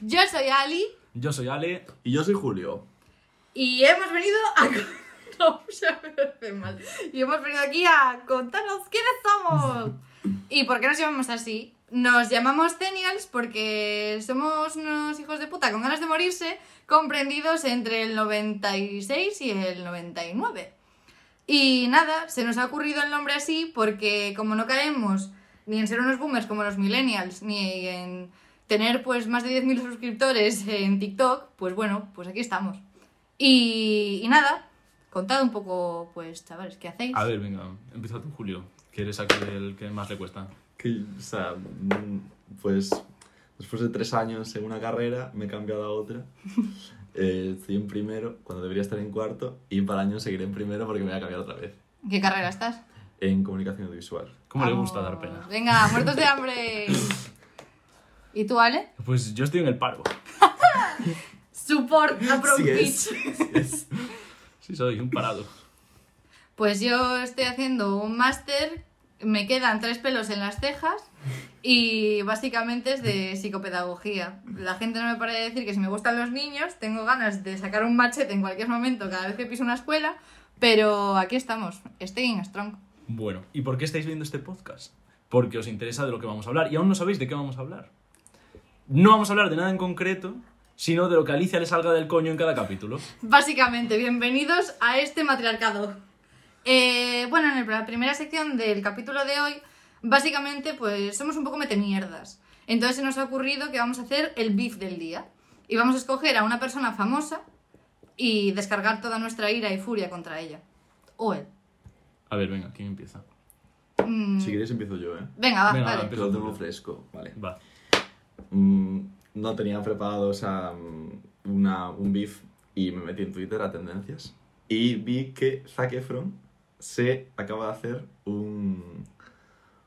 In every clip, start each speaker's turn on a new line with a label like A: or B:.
A: Yo soy Ali
B: Yo soy Ale.
C: Y yo soy Julio.
A: y hemos venido a... No, ya me hace mal. Y hemos venido aquí a contaros quiénes somos. ¿Y por qué nos llamamos así? Nos llamamos Zenials porque somos unos hijos de puta con ganas de morirse, comprendidos entre el 96 y el 99. Y nada, se nos ha ocurrido el nombre así porque como no caemos ni en ser unos boomers como los millennials, ni en tener pues más de 10.000 suscriptores en TikTok, pues bueno, pues aquí estamos. Y, y nada, contad un poco, pues chavales, ¿qué hacéis?
B: A ver, venga, empieza tú, Julio, que eres aquel el que más le cuesta.
C: Que, o sea, mm, pues después de tres años en una carrera me he cambiado a otra. Eh, estoy en primero cuando debería estar en cuarto y para el año seguiré en primero porque me voy a cambiar otra vez.
A: ¿En ¿Qué carrera estás?
C: En comunicación audiovisual.
B: ¿Cómo le gusta dar
A: Vamos.
B: pena?
A: Venga, muertos de hambre. ¿Y tú, Ale?
B: Pues yo estoy en el paro.
A: Support a
C: Sí es. Sí es.
B: Sí, soy un parado.
A: Pues yo estoy haciendo un máster, me quedan tres pelos en las cejas y básicamente es de psicopedagogía. La gente no me para de decir que si me gustan los niños, tengo ganas de sacar un machete en cualquier momento cada vez que piso una escuela, pero aquí estamos, staying strong.
B: Bueno, ¿y por qué estáis viendo este podcast? Porque os interesa de lo que vamos a hablar y aún no sabéis de qué vamos a hablar. No vamos a hablar de nada en concreto, sino de lo que a Alicia le salga del coño en cada capítulo.
A: Básicamente, bienvenidos a este matriarcado. Eh, bueno, en la primera sección del capítulo de hoy, básicamente, pues somos un poco metemierdas. Entonces se nos ha ocurrido que vamos a hacer el beef del día. Y vamos a escoger a una persona famosa y descargar toda nuestra ira y furia contra ella. O él.
B: A ver, venga, ¿quién empieza?
A: Mm,
C: Si queréis empiezo yo, ¿eh?
A: Venga, va,
B: Venga,
A: vale.
B: empieza.
C: Pero lo tengo fresco, vale.
B: Va.
C: Mm, no tenía preparado o sea, mm, una, un beef y me metí en Twitter a tendencias. Y vi que Zac Efron se acaba de hacer un,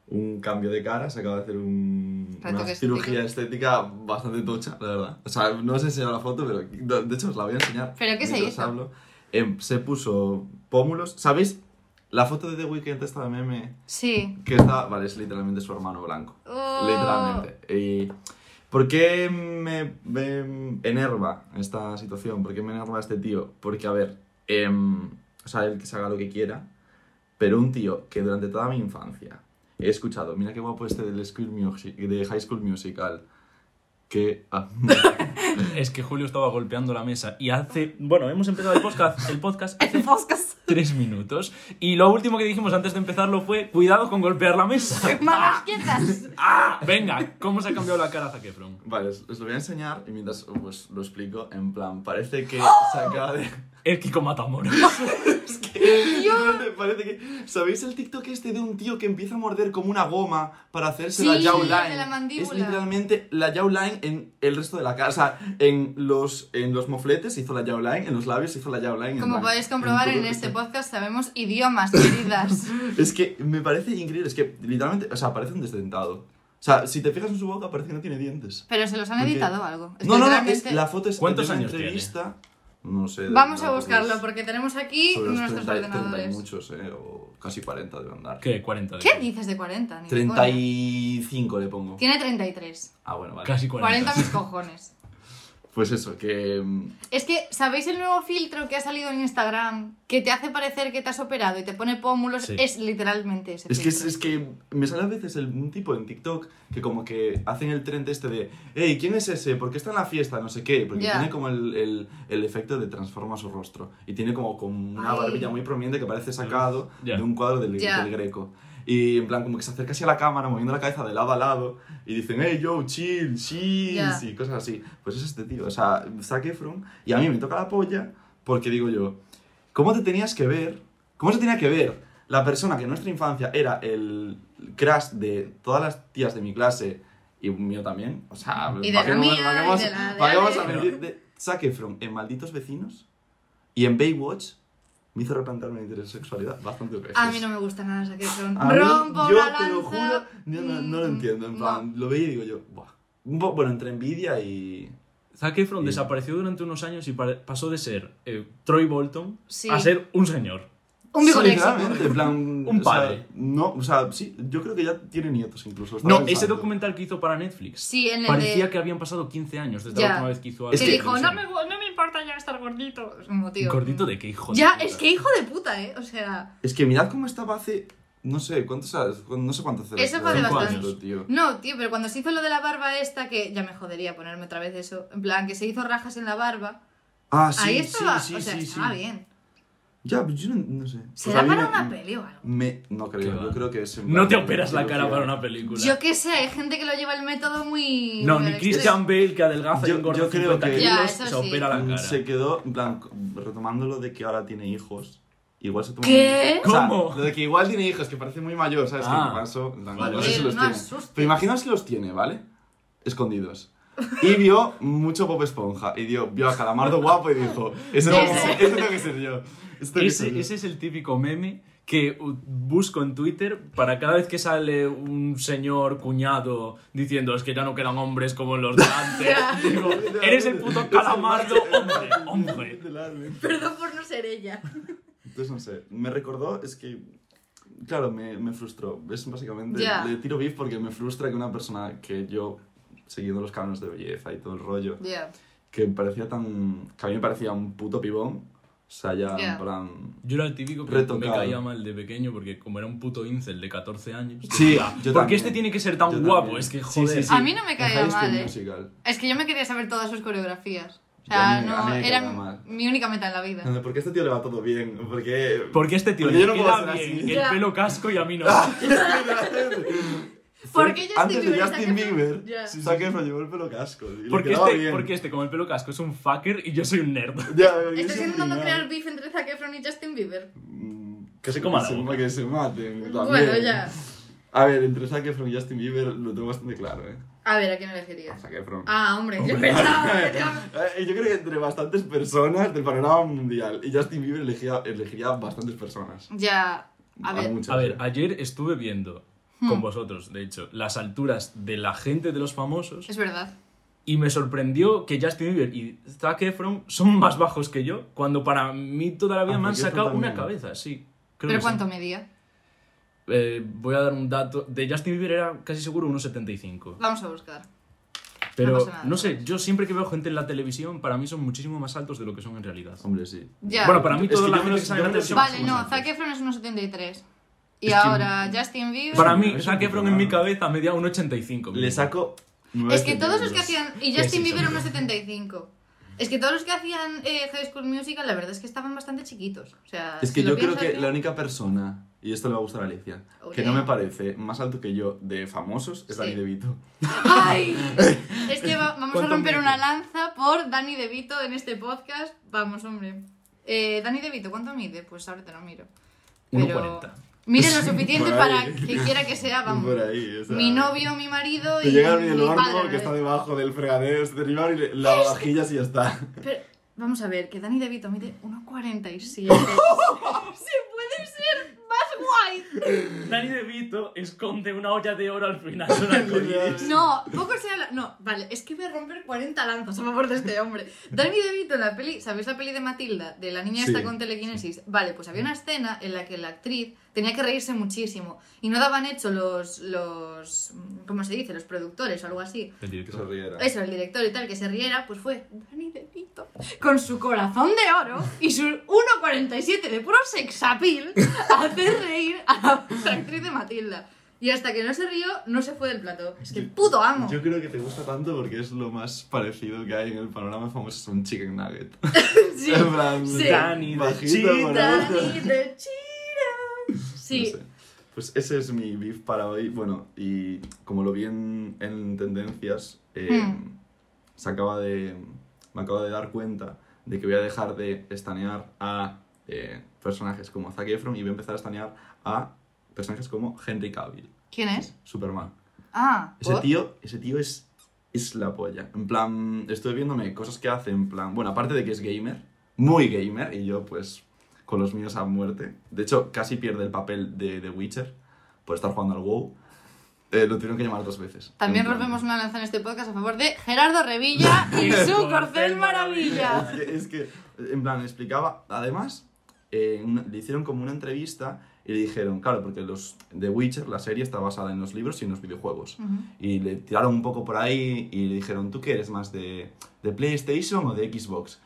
C: un cambio de cara, se acaba de hacer un- una
A: Retoque estético.
C: cirugía estética bastante tocha, la verdad. O sea, no os he enseñado la foto, pero de de hecho os la voy a enseñar.
A: ¿Pero qué se
C: mientras
A: hizo?
C: hablo. Em, se puso pómulos. ¿Sabéis? La foto de The Weeknd, esta de meme,
A: Sí.
C: que está, vale, es literalmente su hermano blanco.
A: Oh.
C: Literalmente. Y ¿Por qué me, me enerva esta situación? ¿Por qué me enerva este tío? Porque, a ver, em, o sea, él que se haga lo que quiera, pero un tío que durante toda mi infancia he escuchado, mira qué guapo este del School Music- de High School Musical, que... ah,
B: Es que Julio estaba golpeando la mesa y hace... Bueno, hemos empezado el podcast, el podcast
A: Oh. El
B: hace
A: podcast.
B: tres minutos y lo último que dijimos antes de empezarlo fue cuidado con golpear la mesa.
A: Manos quietas.
B: ¡Ah! Venga, ¿cómo se ha cambiado la cara a Zac Efron?
C: vale, os, os lo voy a enseñar y mientras pues, lo explico, en plan, parece que se acaba de...
B: El Kiko Matamoros.
C: Realmente Parece que. ¿Sabéis el TikTok este de un tío que empieza a morder como una goma para hacerse
A: Sí,
C: la jaw
A: el
C: line?
A: de la mandíbula.
C: Es literalmente la jaw line en el resto de la cara. O sea, en los, en los mofletes hizo la jaw line, en los labios hizo la jaw line. en
A: Como
C: la-
A: podéis comprobar
C: todo
A: en
C: lo que
A: este
C: sea.
A: podcast, sabemos idiomas, queridas.
C: Es que me parece increíble, es que literalmente, o sea, parece un desdentado. O sea, si te fijas en su boca, parece que no tiene dientes.
A: Pero se los han
C: Porque-
A: editado o algo. Es
C: no,
A: que
C: no, no,
A: realmente-
C: es- la foto es
B: ¿Cuántos
C: de una
B: años tiene?
C: entrevista. No sé. de-
A: Vamos
C: de-
A: a buscarlo
C: sobre
A: porque tenemos aquí
C: los
A: nuestros
C: 30 y- 30 y
A: ordenadores.
C: muchos, eh, o casi 40 de andar.
B: ¿Qué? 40 de
A: ¿Qué dices de 40? Ni de
C: 35 le pongo.
A: coña. Tiene 33.
C: Ah, bueno, vale.
B: Casi 40.
A: 40 mis cojones.
C: Pues eso, que. mm,
A: Es que, ¿sabéis el nuevo filtro que ha salido en Instagram que te hace parecer que te has operado y te pone pómulos?
B: Sí.
A: Es literalmente ese
C: Es que, es,
A: filtro.
C: es que me sale a veces el- un tipo en TikTok que, como que hacen el trend este de, hey, ¿quién es ese? ¿Por qué está en la fiesta? No sé qué. Porque
A: Ya.
C: tiene como el, el- el efecto de transforma su rostro. Y tiene como, como una
A: Ay.
C: barbilla muy prominente que parece sacado
B: Ya.
C: de un cuadro del,
A: Ya.
C: del Greco. Y en plan, como que se acerca así a la cámara, moviendo la cabeza de lado a lado. Y dicen, hey, yo, chill, chill.
A: Ya.
C: Y cosas así. Pues es este tío. O sea, Zac Efron. Y a mí me toca la polla porque digo yo, ¿Cómo te tenías que ver? ¿Cómo se tenía que ver la persona que en nuestra infancia era el crush de todas las tías de mi clase y mío también? O sea,
A: Y de
C: ¿para
A: la
C: qué vamos-
A: mía,
C: para qué
A: y
C: vamos-
A: de la de
C: para qué vamos a
A: Ale.
C: mentir de Zac Efron en Malditos Vecinos y en Baywatch me hizo replantearme mi intersexualidad bastante veces.
A: A mí no me gusta nada esa que son.
C: A mí,
A: Rompo
C: yo
A: la
C: te lo
A: lanza.
C: juro, yo no, no lo
A: Mm,
C: entiendo. En
A: no.
C: plan, lo veía y digo yo, "Buah". Un po- Bueno, entre envidia y.
B: Zac Efron
C: Sí.
B: desapareció durante unos años y pa- pasó de ser eh, Troy Bolton
A: Sí.
B: a ser un señor.
A: Un bigotexico.
C: literalmente, en plan...
B: Un
C: o sea,
B: padre.
C: no, o sea, sí, yo creo que ya tiene nietos incluso. estaba
B: No, ese
C: pensando.
B: documental que hizo para Netflix.
A: Sí, en el
B: parecía
A: de-
B: que habían pasado 15 años desde
A: Ya.
B: la última vez que hizo algo.
A: que,
C: Es que-
A: dijo, no me, no me importa ya estar gordito. Es como, tío.
B: ¿Gordito de qué hijo? de
A: Ya,
B: puta?
A: es que hijo de puta, ¿eh? O sea,
C: Es que mirad cómo estaba hace... No sé, ¿cuántos años? No sé cuántos
A: Eso fue
B: hace
C: Cinco
B: bastante.
C: años, tío.
A: no, tío, pero cuando se hizo lo de la barba esta, que ya me jodería ponerme otra vez eso, en plan, que se hizo rajas en la barba,
C: Ah, sí,
A: ahí
C: sí,
A: estaba,
C: sí,
A: o sea,
C: sí,
A: estaba
C: sí.
A: bien.
C: Ya, pero yo no, no sé.
A: ¿Será
C: Pues a mí
A: para
C: me-
A: una peli o algo?
C: Me... No
B: Qué va.
C: creo, yo creo que es... en
B: No
C: plan
B: te
C: de
B: operas la cara
C: cirugía.
B: para una película.
A: Yo qué sé, hay gente que lo lleva el método muy...
B: no,
A: muy
B: ni
A: al
B: Christian
A: extremo.
B: Bale que adelgaza
C: Yo-
B: y engorda
C: yo creo
B: 50
C: que-
A: Ya,
B: kilos
A: eso
B: se
A: sí.
B: opera la cara.
C: Mm, Se quedó, en plan, co- retomando lo de que ahora tiene hijos. Igual se toma.
A: ¿Qué?
C: O sea,
B: ¿Cómo?
C: lo de que igual tiene hijos, que parece muy mayor, ¿sabes?
B: Ah.
C: ¿Qué pasó? En plan,
B: Vale,
C: no sé
B: vale.
C: si los
A: No
C: tiene.
A: asustes.
C: Pero imaginaos si los tiene, ¿vale? Escondidos. Y vio mucho Bob Esponja. Y dio, vio a Calamardo guapo y dijo: Ese tengo que ser, ese tengo que ser yo. Ese tengo que ser
B: Ese,
C: yo".
B: ese es el típico meme que u- busco en Twitter para cada vez que sale un señor cuñado diciendo es que ya no quedan hombres como los de antes. Digo, eres el puto calamardo hombre, hombre.
C: Literalmente.
A: Perdón por no ser ella.
C: Entonces, no sé, me recordó, es que, claro, me, me frustró. Es básicamente,
A: Ya.
C: le tiro beef porque me frustra que una persona que yo, siguiendo los cánones de belleza y todo el rollo,
A: Ya.
C: que parecía tan... que a mí me parecía un puto pibón, o sea, ya
A: Ya.
C: en plan...
B: Yo era el típico que
C: Retocado.
B: me caía mal de pequeño porque como era un puto incel de 14 años.
C: Sí, yo
B: porque
C: también.
B: este tiene que ser
C: Yo
B: tan guapo,
C: también.
B: es que
C: Sí,
B: joder.
C: sí, sí.
A: A mí no me
C: En
A: caía
C: High School
A: mal, ¿eh?
C: Musical.
A: Es que yo me quería saber todas sus coreografías. O
C: Yo a
A: sea,
C: mí- a
A: no,
C: mí me caía mal.
A: eran mi única meta en la vida.
C: No, Porque a este tío le va todo bien, porque...
B: Porque este tío
C: Porque
B: le
C: yo no puedo
B: queda
C: ser
B: bien
C: así.
B: el
A: Ya.
B: pelo casco y a mí no.
A: Porque Justin
C: Antes de
A: Bieber
C: Justin
A: saca-
C: Bieber,
A: Ya.
C: sí, saca el llevó el pelo casco. y le
B: Porque
C: quedaba
B: este,
C: bien.
B: porque este con el pelo casco es un fucker y yo soy un nerd.
C: Ya, yo
A: Estás
C: soy un
A: intentando
C: pringao.
A: crear beef entre Zac Efron y Justin Bieber.
C: Mm,
B: Que se coma la
C: que
B: boca.
C: que se maten.
A: Bueno,
C: también.
A: ya.
C: A ver, entre Zac Efron y Justin Bieber lo tengo bastante claro, ¿eh?
A: A ver, ¿a quién elegirías?
C: Zac Efron.
A: Ah, hombre, yo pensaba que te iba-
C: Eh, Yo creo que entre bastantes personas del panorama mundial y Justin Bieber elegía, elegiría bastantes personas.
A: Ya, a ver.
C: muchas.
B: A ver, ayer estuve viendo
A: Hmm.
B: con vosotros, de hecho, las alturas de la gente de los famosos
A: Es verdad.
B: y me sorprendió que Justin Bieber y Zac Efron son más bajos que yo, cuando para mí toda la vida
C: Ah,
B: me han
C: porque eso
B: sacado
C: también.
B: una cabeza, sí. creo que
A: ¿Pero
B: sí.
A: cuánto medía?
B: Eh, voy a dar un dato. De Justin Bieber era casi seguro 1,75.
A: Vamos a buscar.
B: Pero
A: pasa nada.
B: no sé, yo siempre que veo gente en la televisión, para mí son muchísimo más altos de lo que son en realidad.
C: Hombre, sí.
A: Ya.
B: Bueno, para mí
C: Es que
B: toda la
C: yo me
B: gente
C: los-
B: que sale
C: yo
B: en la
C: me los-
B: televisión
A: Vale,
B: son más
A: no,
B: altos.
A: Zac Efron es 1,73. Y
B: Es que-
A: ahora Justin Bieber.
B: Para
C: Es
B: mí,
C: un
B: Zac Efron en
C: programa.
B: mi cabeza medía un 85.
C: Le saco. nueve
A: Es que todos los que
C: centímetros.
A: hacían. Y
B: ¿Qué es
A: Justin
B: eso,
A: Bieber
B: tío?
A: 1,75. Es que todos los que hacían eh, High School Musical, la verdad es que estaban bastante chiquitos. O sea,
C: Es que
A: si lo
C: yo creo
A: piensas
C: que la
A: bien-
C: única persona, y esto le va a gustar a Alicia,
A: Ok.
C: que no me parece más alto que yo de famosos es
A: Sí.
C: Danny DeVito.
A: ¡Ay! Es que va- vamos a
B: ¿Cuánto
A: romper
B: mide?
A: una lanza por Dani De Vito en este podcast. Vamos, hombre. Eh, Dani De Vito, ¿cuánto mide? Pues ahora te lo miro.
B: 1,40.
A: Mire lo suficiente
C: Por
A: para
C: ahí.
A: que quiera que sea, Ah, vamos.
C: Por ahí, o sea,
A: mi novio, mi marido y
C: Te llega el
A: mi
C: del horno
A: padre.
C: que está debajo del fregadero, se te derriba y le- la vajilla sí ya está.
A: Pero, vamos a ver, que Dani De Vito mide 1,47. ¡Se puede ser más guay!
B: Danny DeVito esconde una olla de oro al final.
A: No, poco se habla. No, vale, es que voy a romper 40 lanzas a favor de este hombre. Danny DeVito en la peli, ¿sabéis la peli de Matilda? De la niña esta
C: Sí,
A: con telequinesis. Vale, pues había una escena en la que la actriz tenía que reírse muchísimo y no daban hecho los. los ¿Cómo se dice? Los productores o algo así.
C: Que se riera.
A: Eso, el director y tal, que se riera, pues fue Danny DeVito con su corazón de oro y su 1.47 de puro sexapil a hacer reír a la actriz de Matilda. Y hasta que no se rió, no se fue del plato. Es que
C: Yo-
A: puto amo.
C: Yo creo que te gusta tanto porque es lo más parecido que hay en el panorama famoso, es un chicken nugget.
A: Sí.
C: En plan,
A: sí.
B: Danny de
C: bajito,
B: Cheetah.
C: barato.
A: Danny de Chiro. Sí.
C: No sé. Pues ese es mi beef para hoy. Bueno, y como lo vi en, en tendencias, eh,
A: Hmm.
C: se acaba de, me acabo de dar cuenta de que voy a dejar de estanear a eh, personajes como Zac Efron y voy a empezar a estanear a personajes como Henry Cavill,
A: ¿Quién es?
C: Superman.
A: Ah,
C: Ese
A: ¿por?
C: tío, ese tío es, es la polla. En plan, estoy viéndome cosas que hace, en plan, bueno, aparte de que es gamer, muy gamer, y yo pues con los míos a muerte. De hecho, casi pierde el papel de The Witcher por estar jugando al WoW. Eh, lo tuvieron que llamar dos veces.
A: También
C: En plan,
A: rompemos una lanza en este podcast a favor de Gerardo Revilla y su corcel maravilla.
C: Es que, es que, en plan, explicaba, además, eh, una- le hicieron como una entrevista y le dijeron, claro, porque los The Witcher, la serie, está basada en los libros y en los videojuegos. Y le tiraron un poco por ahí y le dijeron, ¿tú qué eres más de, de PlayStation o de Xbox?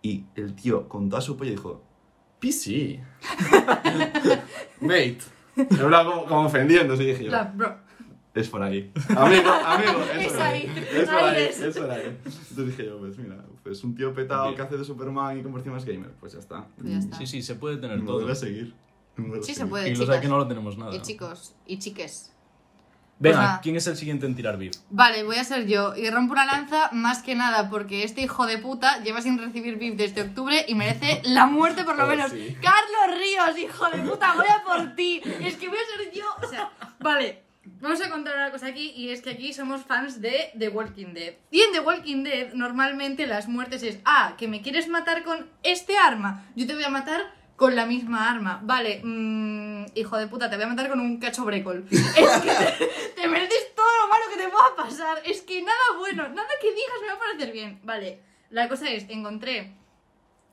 C: Y el tío, con toda su polla, dijo, PC. Mate. En plan, como, como ofendiéndose, y dije yo.
A: La bro.
C: Es por ahí. Amigo, amigo, es,
A: Es
C: por
A: ahí.
C: ahí. Es por
A: Ahí
C: ahí,
A: es.
C: es por ahí. Entonces dije yo, pues mira, pues un tío petado
B: Bien.
C: que hace de Superman y convertido más gamer. Pues ya está.
A: Pues ya está.
B: Sí, sí, se puede
C: Mi
B: tener todo.
C: modelo a seguir. Mi modelo a
A: Sí, se
C: seguir.
A: puede.
B: Y los
A: chicas.
B: hay que no lo tenemos nada.
A: Y eh, chicos, y chiques. Pues
B: Venga,
A: nada.
B: ¿quién es el siguiente en tirar beef?
A: Vale, voy a ser yo. Y rompo una lanza más que nada porque este hijo de puta lleva sin recibir VIP desde octubre y merece la muerte por lo
C: Oh,
A: menos.
C: sí.
A: Carlos Ríos, hijo de puta, voy a por ti. Es que voy a ser yo. O sea, vale. Vamos a contar una cosa aquí y es que aquí somos fans de The Walking Dead. Y en The Walking Dead normalmente las muertes es, ah, que me quieres matar con este arma, yo te voy a matar con la misma arma. Vale, mm, hijo de puta, te voy a matar con un cacho brécol. Es que te, te mereces todo lo malo que te pueda pasar. Es que nada bueno, nada que digas me va a parecer bien. Vale, la cosa es, encontré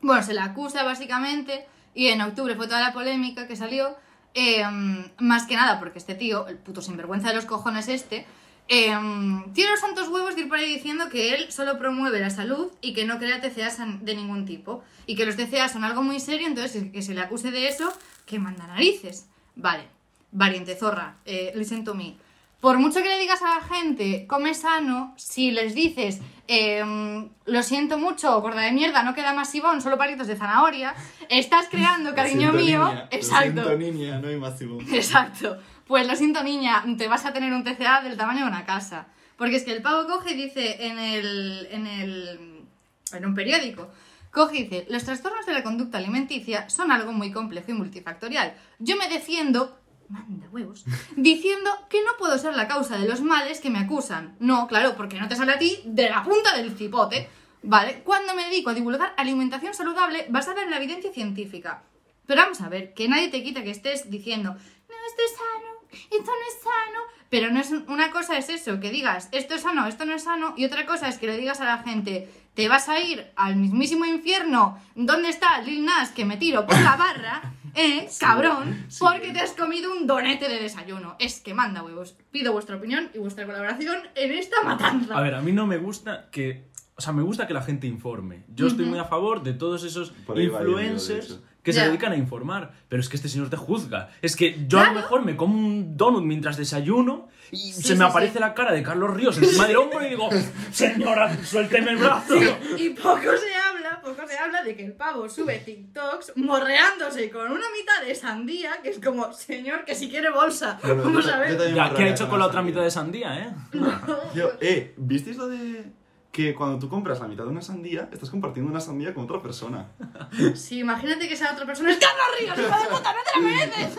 A: bueno, se la acusa básicamente y en octubre fue toda la polémica que salió, em, más que nada porque este tío, el puto sinvergüenza de los cojones este, em, tiene los santos huevos de ir por ahí diciendo que él solo promueve la salud y que no crea TCAs an- de ningún tipo y que los TCAs son algo muy serio, entonces que se le acuse de eso, que manda narices. Vale, valiente zorra, eh, listen to me. Por mucho que le digas a la gente, come sano, si les dices, em, lo siento mucho, gorda de mierda, no queda más sibón, solo palitos de zanahoria, estás creando, cariño
C: Lo siento,
A: mío,
C: niña. Lo
A: exacto,
C: siento, niña, no hay más tiempo.
A: exacto. Pues lo siento, niña, te vas a tener un TCA del tamaño de una casa. Porque es que el pavo coge y dice en el, en el, en un periódico, coge y dice, los trastornos de la conducta alimenticia son algo muy complejo y multifactorial. Yo me defiendo, manda huevos, diciendo que no puedo ser la causa de los males que me acusan. No, claro, porque no te sale a ti de la punta del cipote. ¿Vale? Cuando me dedico a divulgar alimentación saludable, vas a ver la evidencia científica. Pero vamos a ver, que nadie te quita que estés diciendo, no, esto es sano, esto no es sano. Pero no es un- una cosa es eso, que digas, esto es sano, esto no es sano, y otra cosa es que le digas a la gente, te vas a ir al mismísimo infierno, ¿dónde está Lil Nas que me tiro por la barra? ¿Eh? Cabrón, porque te has comido un donete de desayuno. Es que manda huevos. Pido vuestra opinión y vuestra colaboración en esta matanza.
B: A ver, a mí no me gusta que. O sea, me gusta que la gente informe. Yo estoy muy a favor de todos esos
C: Por ahí va yo, yo,
B: influencers
C: de hecho.
B: que se
A: Ya.
B: dedican a informar. Pero es que este señor te juzga. Es que yo a lo
A: Claro.
B: mejor me como un donut mientras desayuno y se
A: sí,
B: me
A: sí.
B: aparece la cara de Carlos Ríos encima del hombro y digo, señora, suélteme el brazo.
A: Y poco se habla, poco se habla de que el pavo sube TikToks morreándose con una mitad de sandía, que es como, señor, que si quiere bolsa.
C: No, no,
A: Vamos
C: yo-
A: a ver.
C: yo también
B: Ya,
C: me
B: ¿qué ha
C: raya
B: hecho
C: con
B: con la
C: la
B: otra
C: sandía?
B: mitad de sandía, eh?
C: Yo, eh, ¿visteis lo de que cuando tú compras la mitad de una sandía, estás compartiendo una sandía con otra persona?
A: Sí, imagínate que sea otra persona. ¡Es Carlos Ríos, hijo de puta! ¡No te la mereces!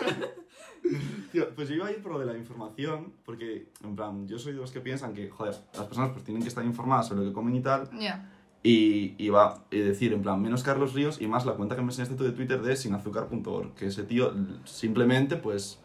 C: Tío, pues yo iba a ir por lo de la información, porque, en plan, yo soy de los que piensan que, joder, las personas pues tienen que estar informadas sobre lo que comen y tal,
A: Ya.
C: y, y va a decir, en plan, menos Carlos Ríos y más la cuenta que me enseñaste tú de Twitter de sinazúcar.org, que ese tío l- simplemente, pues...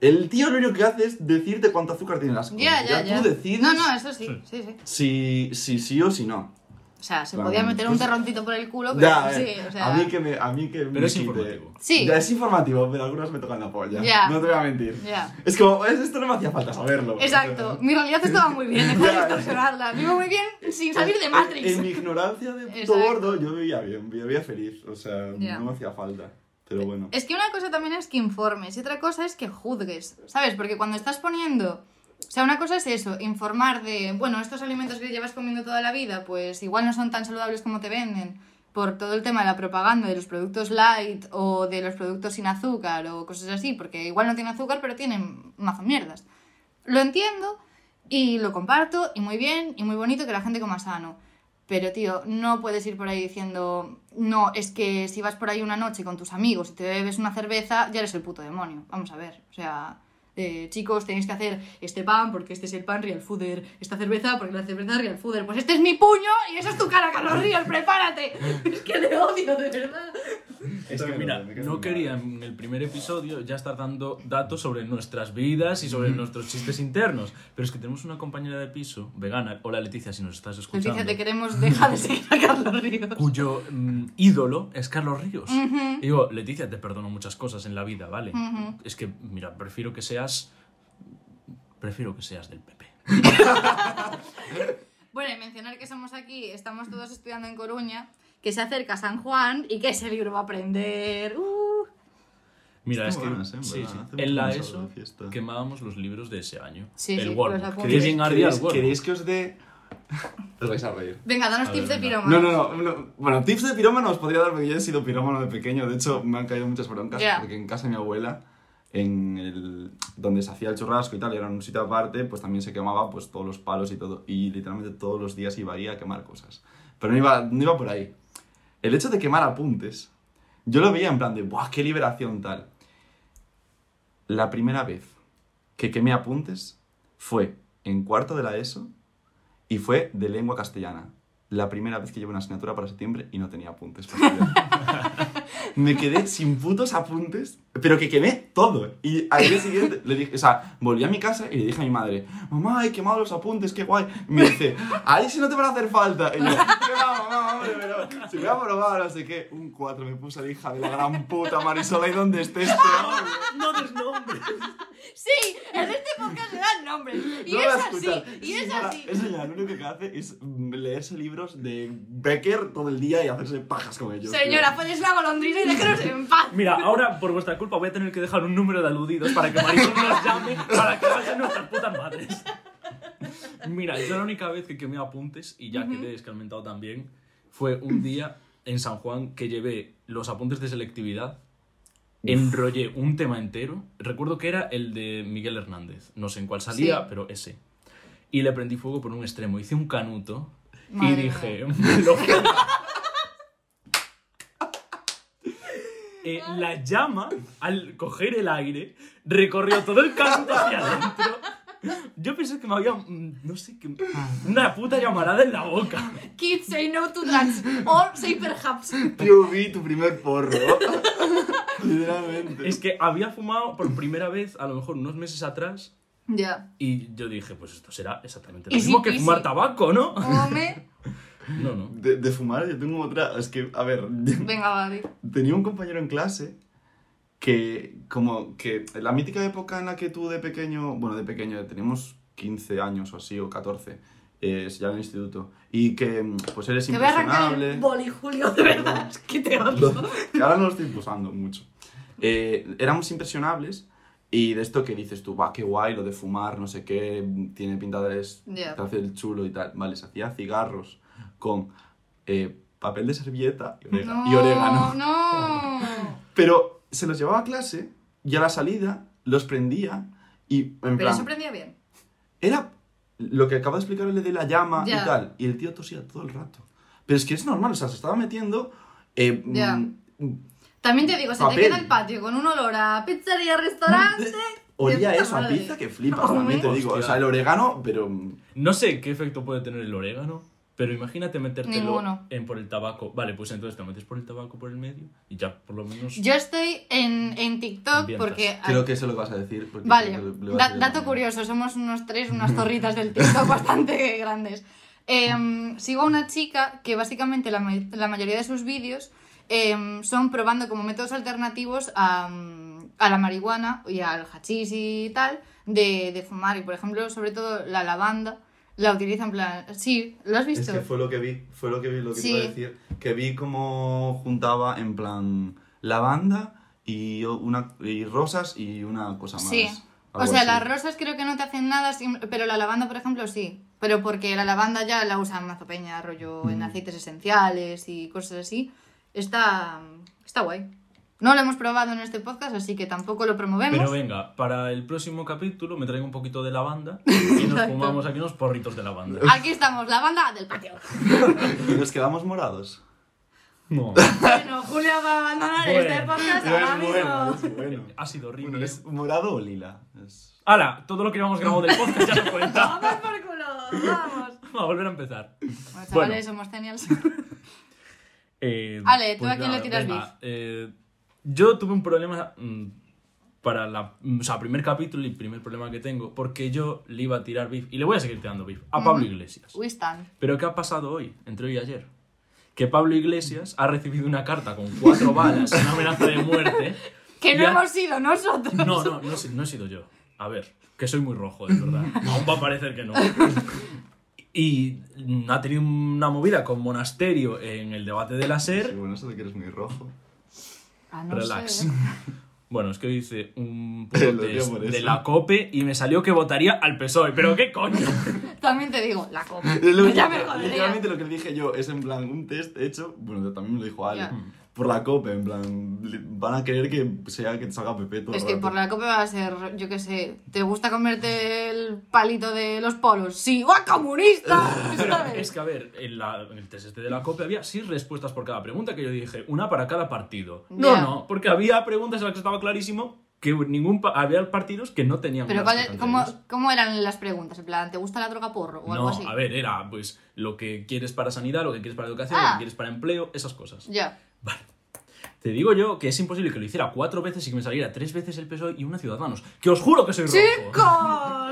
C: El tío lo único que hace es decirte cuánto azúcar tiene las cosas.
A: Ya, ya, ya.
C: tú decides
A: No, no, eso sí, sí, sí.
C: si, si sí o si no.
A: O sea, se
C: Claro,
A: podía meter un
C: pues-
A: terroncito por el culo, pero
C: Ya, a ver,
A: sí, o sea...
C: a mí que me... A mí que
B: Pero
C: me
B: es
C: quite.
B: informativo.
A: Sí.
C: Ya, es informativo, pero algunas me tocan la polla.
A: Ya.
C: No te voy a mentir.
A: Ya.
C: Es como, es- esto no me hacía falta saberlo.
A: Exacto. Mi realidad estaba muy bien, deja de
C: Ya.
A: distorsionarla. Vivo muy bien sin salir de Matrix.
C: En mi ignorancia de puto
A: Exacto.
C: gordo, yo vivía bien, vivía feliz. O sea,
A: Ya.
C: no me hacía falta. Pero bueno.
A: Es que una cosa también es que informes y otra cosa es que juzgues, ¿sabes? Porque cuando estás poniendo... O sea, una cosa es eso, informar de, bueno, estos alimentos que llevas comiendo toda la vida, pues igual no son tan saludables como te venden por todo el tema de la propaganda de los productos light o de los productos sin azúcar o cosas así, porque igual no tienen azúcar pero tienen mazo mierdas. Lo entiendo y lo comparto y muy bien y muy bonito que la gente coma sano. Pero tío, no puedes ir por ahí diciendo, no, es que si vas por ahí una noche con tus amigos y te bebes una cerveza, ya eres el puto demonio. Vamos a ver, o sea, eh, chicos, tenéis que hacer este pan porque este es el pan real fooder, esta cerveza porque la cerveza real fooder. Pues este es mi puño y esa es tu cara, Carlos Ríos, prepárate. Es que le odio, de verdad.
B: Es que mira, no quería en el primer episodio ya estar dando datos sobre nuestras vidas y sobre nuestros chistes internos. Pero es que tenemos una compañera de piso, vegana, hola Leticia, si nos estás escuchando.
A: Leticia, te queremos, deja de seguir a Carlos Ríos.
B: cuyo mm, ídolo es Carlos Ríos.
A: Ujú.
B: Y Digo, Leticia, te perdono muchas cosas en la vida, ¿vale?
A: Ujú.
B: Es que, mira, prefiero que seas. Prefiero que seas del PP.
A: Bueno, y mencionar que somos aquí, estamos todos estudiando en Coruña, que se acerca San Juan y que ese libro va a aprender. ¡Uh!
B: Mira, es
C: Están
B: que
C: buenas, ¿eh? En
B: sí,
C: verdad,
B: sí.
C: hace mucho
B: en la
C: que no salgo de
B: ESO
C: fiesta.
B: quemábamos los libros de ese año.
A: Sí,
B: el
A: sí, los
B: Word.
A: apuntes.
B: Qué bien ardía el
C: ¿Queréis,
B: Word.
C: queréis que os dé...? Os vais a reír.
A: Venga, danos
B: A
A: tips
B: ver,
A: de
B: venga.
A: piroma.
C: No, no, no, no. Bueno, tips de pirómano os podría dar porque yo he sido pirómano de pequeño. De hecho, me han caído muchas broncas
A: Ya.
C: porque en casa de mi abuela, en el, donde se hacía el churrasco y tal, y era un sitio aparte, pues también se quemaba pues, todos los palos y todo. Y literalmente todos los días iba ahí a quemar cosas. Pero no iba, no iba por ahí. El hecho de quemar apuntes, yo lo veía en plan de, ¡buah, qué liberación tal! La primera vez que quemé apuntes fue en cuarto de la ESO y fue de lengua castellana. La primera vez que llevé una asignatura para septiembre y no tenía apuntes. para estudiar. Me quedé sin putos apuntes, pero que quemé todo. Y al día siguiente le dije, o sea, volví a mi casa y le dije a mi madre, mamá, he quemado los apuntes, qué guay. Y me dice, ahí sí no te van a hacer falta. Y yo, "Qué va, mamá, hombre, pero si voy a probar, no sé qué. Un 4 me puse la hija de la gran puta Marisol, ahí donde este estés, te amo".
B: No des nombre.
A: Sí, en este podcast se dan nombres. Y
C: No lo
A: es
C: vas a escuchar.
A: así, y es
C: señora-
A: así.
C: Esa señora lo único que hace es mm, leerse libros de Becker todo el día y hacerse pajas con ellos. tío.
A: Señora, pones la golondrina y déjanos en paz.
B: Mira, ahora por vuestra culpa voy a tener que dejar un número de aludidos para que Marisol nos llame para que vayan nuestras putas madres. Mira, yo la única vez que quemé apuntes y ya quedé escalmentado también fue un día en San Juan que llevé los apuntes de selectividad, enrollé un tema entero. Recuerdo que era el de Miguel Hernández, no sé en cuál salía,
A: Sí.
B: pero ese. Y le prendí fuego por un extremo, hice un canuto
A: Madre
B: y dije, "Lo que- Eh, la llama, al coger el aire, recorrió todo el canto hacia adentro. Yo pensé que me había, mm, no sé, que, una puta llamarada en la boca.
A: Kids say no to drugs or say perhaps.
C: Tío, vi tu primer porro. Literalmente.
B: Es que había fumado por primera vez, a lo mejor unos meses atrás,
A: Ya.
B: y yo dije, pues esto será exactamente lo
A: Easy
B: mismo que
A: peasy.
B: fumar tabaco, ¿no?
A: Come.
B: No, no.
C: De, de fumar, yo tengo otra. Es que, a ver,
A: Venga, va, di.
C: tenía un compañero en clase que, como que la mítica época en la que tú de pequeño, bueno, de pequeño, tenemos 15 años o así, o 14, es ya en el instituto, y que mm, pues eres
A: Te voy a arrancar el
C: impresionable.
A: boli, Julio, de verdad. Es que te
C: Lo-
A: odio.
C: que ahora no lo estoy usando mucho. Eh, éramos impresionables y de esto que dices tú, va, qué guay, lo de fumar, no sé qué, tiene pinta de es-
A: Ya.
C: te hace el chulo y tal. Vale, se hacía cigarros con eh, papel de servilleta y, orega- y orégano.
A: No.
C: Pero se los llevaba a clase y a la salida los prendía y en
A: Pero
C: plan...
A: eso prendía bien.
C: Era lo que acaba de explicarle de la llama
A: Ya.
C: y tal. Y el tío tosía todo el rato. Pero es que es normal, o sea, se estaba metiendo... eh,
A: Ya.
C: mm,
A: También te digo, se te
C: Papel.
A: queda el patio con un olor a pizzería, restaurante.
C: Olía
A: De puta
C: eso a
A: madre.
C: pizza que flipas,
A: Hombre.
C: también te digo. O sea, el orégano, pero. mm,
B: No sé qué efecto puede tener el orégano, pero imagínate metértelo
A: Ninguno.
B: en por el tabaco. Vale, pues entonces te metes por el tabaco por el medio y ya por lo menos...
A: Yo estoy en, en TikTok
B: Vientas.
A: porque.
C: Creo que eso lo vas a decir. porque
A: Vale,
C: creo que lo- lo vas a
A: da-
C: decir
A: dato
C: mañana.
A: curioso, somos unos tres, unas zorritas del TikTok bastante grandes. Em, sigo a una chica que básicamente la, ma- la mayoría de sus vídeos em, son probando como métodos alternativos a, mm, a la marihuana y al hachís y tal, de, de fumar. Y por ejemplo, sobre todo la lavanda, la utiliza en plan... Sí, ¿lo has
C: Es
A: visto?
C: que fue lo que vi, fue lo que vi, lo que
A: Sí.
C: iba a decir. Que vi cómo juntaba en plan lavanda y, una, y rosas y una cosa más.
A: Sí. O
C: algo
A: sea,
C: así.
A: las rosas creo que no te hacen nada, sim- pero la lavanda, por ejemplo, sí. Pero porque la lavanda ya la usan mazopeña, rollo en aceites esenciales y cosas así. Está, está guay. No lo hemos probado en este podcast, así que tampoco lo promovemos.
B: Pero venga, para el próximo capítulo me traigo un poquito de lavanda y nos
A: Exacto.
B: fumamos aquí unos porritos de lavanda.
A: Aquí estamos, lavanda del patio.
C: Y nos quedamos morados.
B: No.
A: bueno, Julia va a abandonar
B: Bueno.
A: este podcast ahora mismo.
C: es bueno.
B: Ha sido horrible. ¿eh?
C: Bueno, ¿es morado o lila? Es-
B: Hala, todo lo que íbamos grabado del podcast ya no cuenta.
A: Vamos por culo, vamos.
B: Vamos a volver a empezar.
A: Bueno, chavales, somos geniales.
B: Eh,
A: Ale, ¿tú a quién
B: nada,
A: le tiras
B: venga,
A: beef?
B: eh, yo tuve un problema mm, para la. mm, O sea, primer capítulo y primer problema que tengo, porque yo le iba a tirar beef, y le voy a seguir tirando beef, a Pablo Iglesias.
A: We stand.
B: Pero ¿qué ha pasado hoy, entre hoy y ayer? Que Pablo Iglesias ha recibido una carta con cuatro balas, una amenaza de muerte.
A: Que no
B: y ha-
A: hemos sido nosotros.
B: No, no, no, he sido- no he sido yo. A ver, que soy muy rojo, es verdad. Aún va a parecer que no. Y mm, ha tenido una movida con Monasterio en el debate de la E
C: Sí,
B: SER.
C: bueno, eso de que eres muy rojo.
A: Ah, no
B: Relax.
A: sé.
B: Bueno, es que hice un
C: Lo
B: puto
C: odio
B: test
C: por
B: de
C: eso.
B: la COPE y me salió que votaría al PSOE. ¿Pero qué coño?
A: También te digo, la copa.
C: Es lo que-
A: ya me jodería.
C: literalmente lo que le dije yo es en plan un test hecho, bueno, también me lo dijo Ale,
A: Ya.
C: por la COPE, en plan, le- van a querer que sea que te salga Pepe todo el
A: Es que
C: rato.
A: por la copa va a ser, yo qué sé, ¿te gusta comerte el palito de los polos? ¡Sí! ¡Guau, comunista!
B: Pero
A: ¿Sabes?
B: es que, a ver, en, la- en el test este de la COPE había seis respuestas por cada pregunta que yo dije, una para cada partido. No,
A: Ya.
B: no, porque había preguntas en las que estaba clarísimo que ningún pa- había partidos que no tenían
A: Pero
B: una
A: ¿cuál-
B: respuesta
A: cómo,
B: entre ellos.
A: cómo eran las preguntas? En plan, ¿te gusta la droga porro o algo
B: No,
A: así?
B: a ver, era pues lo que quieres para sanidad, lo que quieres para educación, lo
A: Ah.
B: que quieres para empleo, esas cosas.
A: Ya.
B: Te digo yo que es imposible que lo hiciera cuatro veces y que me saliera tres veces el PSOE y una Ciudadanos. Que os juro que soy rojo.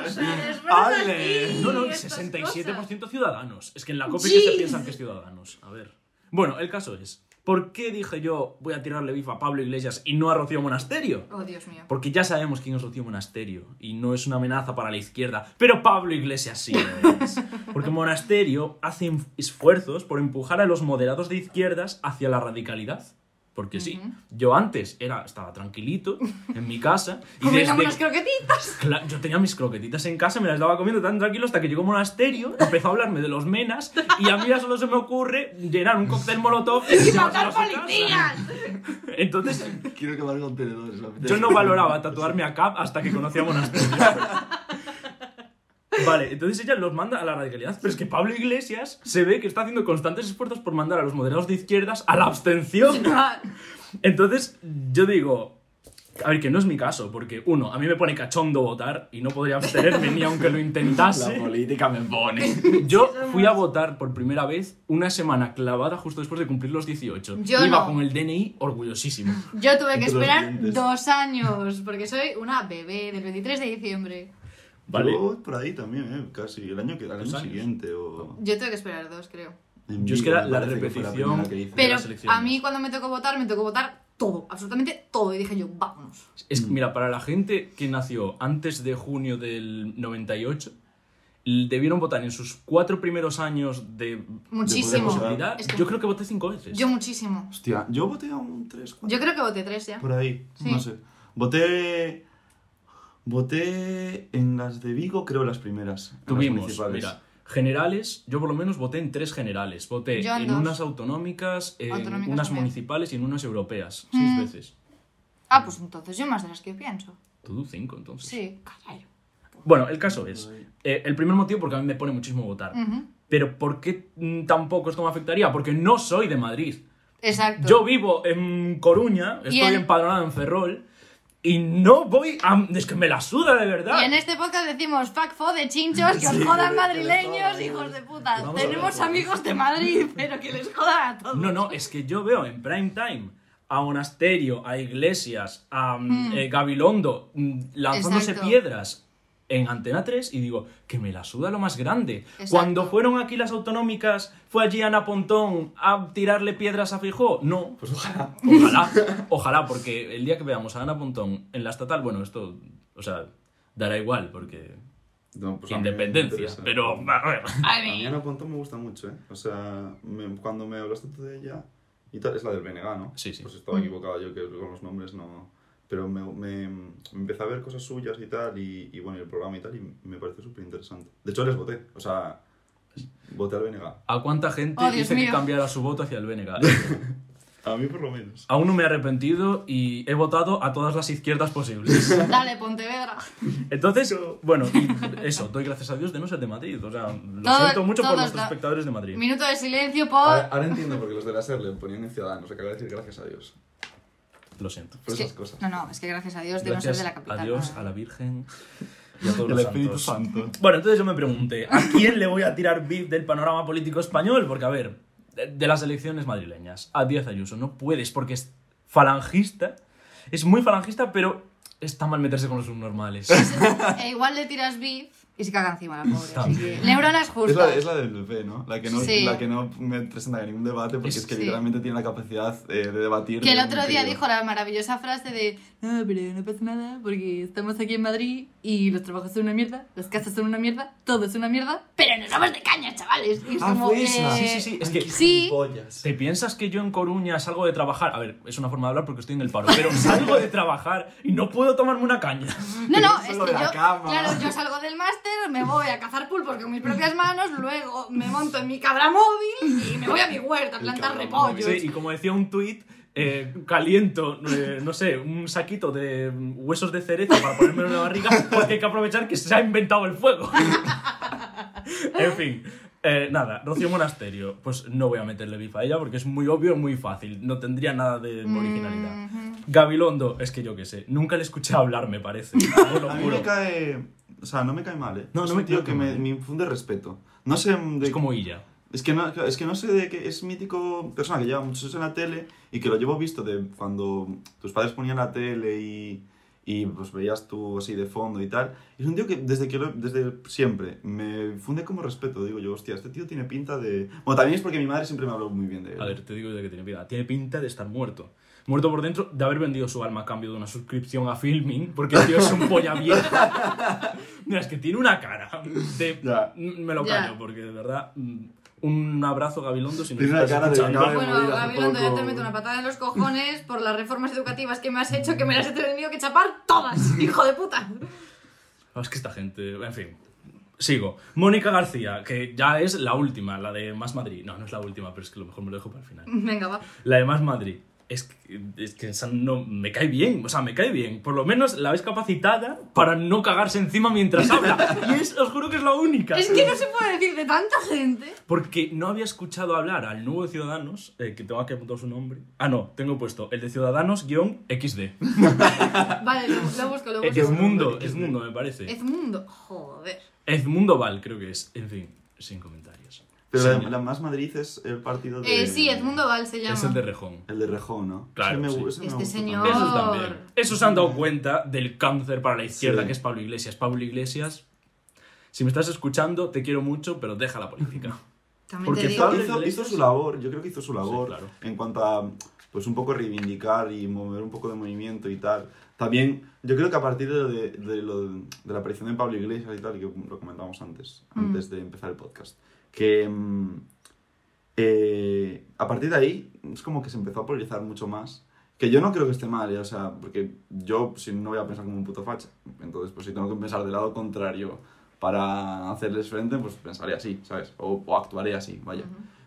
A: ¡Chicos! eres más
C: Ale.
A: aquí,
B: No, no, el
A: estas
B: 67% Ciudadanos. Es que en la copia que se
A: Jeez.
B: piensan que es Ciudadanos. A ver. Bueno, el caso es, ¿por qué dije yo voy a tirarle bifa a Pablo Iglesias y no a Rocío Monasterio?
A: cosas. Oh, Dios mío.
B: Porque ya sabemos quién es Rocío Monasterio y no es una amenaza para la izquierda, pero Pablo Iglesias sí lo es. Porque Monasterio hace en- esfuerzos por empujar a los moderados de izquierdas hacia la radicalidad. Porque sí, yo antes era, estaba tranquilito en mi casa y
A: Comiendo
B: desde,
A: unas croquetitas.
B: Cla- yo tenía mis croquetitas en casa, me las daba comiendo tan tranquilo hasta que llegó Monasterio, empezó a hablarme de los menas y a mí ya solo se me ocurre llenar un cóctel molotov y
A: ¡Y
B: llevárselo
A: matar
B: a su casa.
A: policías!
B: Entonces
C: Quiero quemar contenedores. me apetece.
B: yo no valoraba tatuarme a Cap hasta que conocí a Monasterio. Vale, entonces ella los manda a la radicalidad, pero es que Pablo Iglesias se ve que está haciendo constantes esfuerzos por mandar a los moderados de izquierdas a la abstención. Entonces, yo digo, a ver, que no es mi caso, porque uno, a mí me pone cachondo votar y no podría abstenerme ni aunque lo
C: La
B: intentase.
C: política me pone.
B: Yo fui a votar por primera vez una semana clavada justo después de cumplir los 18.
A: Yo
B: Iba
A: no.
B: con el DNI orgullosísimo.
A: Yo tuve que
C: Entre los
A: esperar
C: dientes.
A: dos años, porque soy una bebé del 23 de diciembre.
B: Vale.
C: Yo por ahí también, eh, casi. El año, que, el año
B: Dos años.
C: siguiente o...
A: Yo tuve que esperar dos, creo.
C: en
B: Yo es que
C: Vigo,
B: era
C: me
B: la
C: parece que fue
B: repetición.
C: primera que hice.
B: de
A: Pero
B: las elecciones.
A: a mí cuando me tocó votar, me tocó votar todo, absolutamente todo. Y dije yo, vámonos.
B: Es que, mira, para la gente que nació antes de junio del 98, l- debieron votar en sus cuatro primeros años de
A: Muchísimo.
C: Podemos
B: posibilidad.
A: Es que-
B: Yo creo que voté cinco veces.
A: Yo muchísimo.
C: Hostia, yo voté a un 3, 4.
A: Yo creo que voté tres ya.
C: Por ahí,
A: Sí.
C: no sé. Voté. Voté en las de Vigo, creo, las primeras. en las
B: Tuvimos,
C: municipales.
B: mira, generales, yo por lo menos voté en tres generales. Voté
A: Yo en
B: en
A: dos.
B: unas autonómicas, en
A: Autonómicas
B: unas
A: también.
B: municipales y en unas europeas. Seis
A: Mm.
B: veces.
A: Ah, pues entonces yo más de las que pienso.
B: Todo cinco, entonces.
A: Sí, carajo.
B: Bueno, el caso es, eh, el primer motivo porque a mí me pone muchísimo votar.
A: Ujú.
B: Pero ¿por qué mm, tampoco esto me afectaría? Porque no soy de Madrid.
A: Exacto.
B: Yo vivo en Coruña,
A: Y
B: estoy
A: en-
B: empadronado en Ferrol y no voy a... Es que me la suda de verdad.
A: Y en este podcast decimos fuck fo de chinchos, que os
C: Sí,
A: jodan
C: que
A: madrileños,
C: les jodan.
A: hijos de puta.
B: Vamos a
A: Tenemos
B: ver.
A: amigos de Madrid, pero que les jodan a todos.
B: No, no, es que yo veo en prime time a Monasterio, a Iglesias, a mm, eh, Gabilondo mm, lanzándose
A: Hmm. Exacto.
B: piedras en Antena 3 y digo, que me la suda lo más grande.
A: Exacto.
B: Cuando fueron aquí las autonómicas, ¿fue allí Ana Pontón a tirarle piedras a Fijó? No. Pues ojalá. Ojalá, ojalá, porque el día que veamos a Ana Pontón en la estatal, bueno, esto, o sea, dará igual, porque
C: No, pues a mí me
B: independencia,
C: interesa.
B: pero...
A: A
C: A mí
A: mí.
C: Ana Pontón me gusta mucho, ¿eh? O sea, me- cuando me hablaste tú de ella y tal, es la del BNG, ¿no?
B: Sí, sí.
C: Pues estaba equivocado yo que con los nombres no... Pero me, me, me empecé a ver cosas suyas y tal, y, y bueno, y el programa y tal, y me pareció súper interesante. De hecho, les voté, o sea, voté al BNG.
B: ¿A cuánta gente
A: Oh, Dios
B: dice que
A: mío.
B: cambiara su voto hacia el BNG?
C: A mí por lo menos.
B: Aún no me he arrepentido y he votado a todas las izquierdas posibles.
A: Dale, Pontevedra.
B: Entonces, bueno, y eso, doy gracias a Dios de no ser de Madrid. O sea, lo
A: Todo-
B: siento mucho por
A: todos
B: nuestros
A: da-
B: espectadores de Madrid.
A: Minuto de silencio
C: Ahora,
A: por.
C: ahora entiendo por qué los de la SER le ponían en Ciudadanos, acabo de decir gracias a Dios
B: Lo siento.
C: por
A: Es que-
C: esas cosas.
A: No, no, es que gracias a Dios de no
B: Gracias
A: ser de la capital.
B: a Dios,
A: nada.
B: a la Virgen y a todos
C: El
B: los
C: Espíritu
B: santos.
C: Santo.
B: Bueno, entonces yo me pregunté, ¿a quién le voy a tirar beef del panorama político español? Porque, a ver, de- de las elecciones madrileñas a Díaz Ayuso. No puedes porque es falangista. Es muy falangista, pero está mal meterse con los subnormales.
A: E igual le tiras beef y se caga encima la pobre. así que-
B: También.
A: Neuronas
C: Es la,
A: justas.
C: es la del PP, ¿no? La que no,
A: Sí.
C: la que no me presenta ningún debate porque
B: Es-
C: es, que
A: sí.
C: literalmente tiene la capacidad eh, de debatir.
A: Que el
C: de-
A: otro día dijo la maravillosa frase de No, pero no pasa nada porque estamos aquí en Madrid y los trabajos son una mierda, las casas son una mierda, todo es una mierda, pero nos somos de caña, chavales. Y es
C: Ah,
A: como,
C: fue esa.
B: Sí, sí, sí. Es que
A: Sí,
B: ¿Te piensas que yo en Coruña salgo de trabajar? A ver, es una forma de hablar porque estoy en el paro, pero salgo de trabajar y no puedo tomarme una caña.
A: no, no,
C: Pero
A: es
C: solo
A: que
C: de la
A: yo,
C: cama.
A: claro, yo salgo del máster, me voy a cazar pulpos con mis propias manos, luego me monto en mi cabra móvil y me voy a mi huerta a plantar
C: cabra
A: repollos.
B: Sí, y como decía un tuit, eh, caliento, eh, no sé, un saquito de mm, huesos de cereza para ponerme en la barriga porque hay que aprovechar que se ha inventado el fuego. en fin. eh, nada, Rocío Monasterio, pues no voy a meterle bifa a ella porque es muy obvio y muy fácil, no tendría nada de originalidad. Gabilondo, es que yo qué sé, nunca le escuché hablar, me parece. os lo
C: A mí
B: juro.
C: me cae. O sea, no me cae mal, ¿eh?
B: No,
C: es
B: no
C: un
B: me
C: tío
B: cae
C: que
B: mal.
C: me, me infunde respeto. No sé. De,
B: Es como Illa.
C: Es que, no, es que no sé de qué. Es mítico persona que lleva muchos años en la tele y que lo llevo visto de cuando tus padres ponían la tele y, y pues veías tú así de fondo y tal. Es un tío que desde, que lo- desde siempre me infunde como respeto. Digo yo, hostia, este tío tiene pinta de. Bueno, también es porque mi madre siempre me habló muy bien de él.
B: A ver, te digo de que tiene pinta. Tiene pinta de estar muerto. Muerto por dentro, de haber vendido su alma a cambio de una suscripción a Filming, porque el tío es un polla vieja. Mira, es que tiene una cara. de-
C: Ya.
B: Me lo
A: Ya.
B: callo, porque de verdad. mm, Un abrazo, Gabilondo, si nos
C: Tiene una
B: estás
C: cara de eh.
B: escuchando.
C: venga,
A: Bueno,
C: morir hace
A: Gabilondo, yo te
C: poco.
A: meto una patada en los cojones por las reformas educativas que me has hecho, que me las he tenido que chapar todas, hijo de puta.
B: Ah, Es que esta gente. En fin. Sigo. Mónica García, que ya es la última, la de Más Madrid. No, no es la última, pero es que lo mejor me lo dejo para el final.
A: Venga, va.
B: La de Más Madrid. Es que, es que esa no, me cae bien, o sea, me cae bien. Por lo menos la ves capacitada para no cagarse encima mientras habla. Y es, os juro que es la única.
A: Es que no se puede decir de tanta gente.
B: Porque no había escuchado hablar al nuevo de Ciudadanos, eh, que tengo aquí apuntado su nombre. Ah, no, tengo puesto el de Ciudadanos-XD.
A: Vale, lo, lo busco, lo busco.
B: Edmundo, Edmundo, me parece.
A: Edmundo, joder.
B: Edmundo Val, creo que es. En fin, sin comentarios.
C: Pero la,
B: Señor.
C: la más Madrid es el partido de.
A: Eh, sí, Edmundo Val se llama.
B: es el de Rejón.
C: El de Rejón, ¿no?
B: Claro,
C: Ese me
B: sí.
C: gu- ese me
A: Este
C: gusta
A: señor.
C: también.
B: Esos también. Esos se han dado cuenta del cáncer para la izquierda
C: Sí.
B: que es Pablo Iglesias. Pablo Iglesias, si me estás escuchando, te quiero mucho, pero deja la política.
A: También
C: Porque
A: te digo.
C: hizo,
B: Pablo
C: hizo-
B: Iglesias-
C: hizo su labor, yo creo que hizo su labor
B: claro.
C: en cuanto a pues un poco reivindicar y mover un poco de movimiento y tal. También yo creo que a partir de, lo de, de lo- de la aparición de Pablo Iglesias y tal, que lo comentábamos antes,
A: Mm.
C: antes de empezar el podcast, que mm, eh, a partir de ahí es como que se empezó a polarizar mucho más. Que yo no creo que esté mal, ¿eh? o sea, porque yo si no voy a pensar como un puto facha. Entonces, pues si tengo que pensar del lado contrario para hacerles frente, pues pensaré así, ¿sabes? O, o actuaré así, vaya.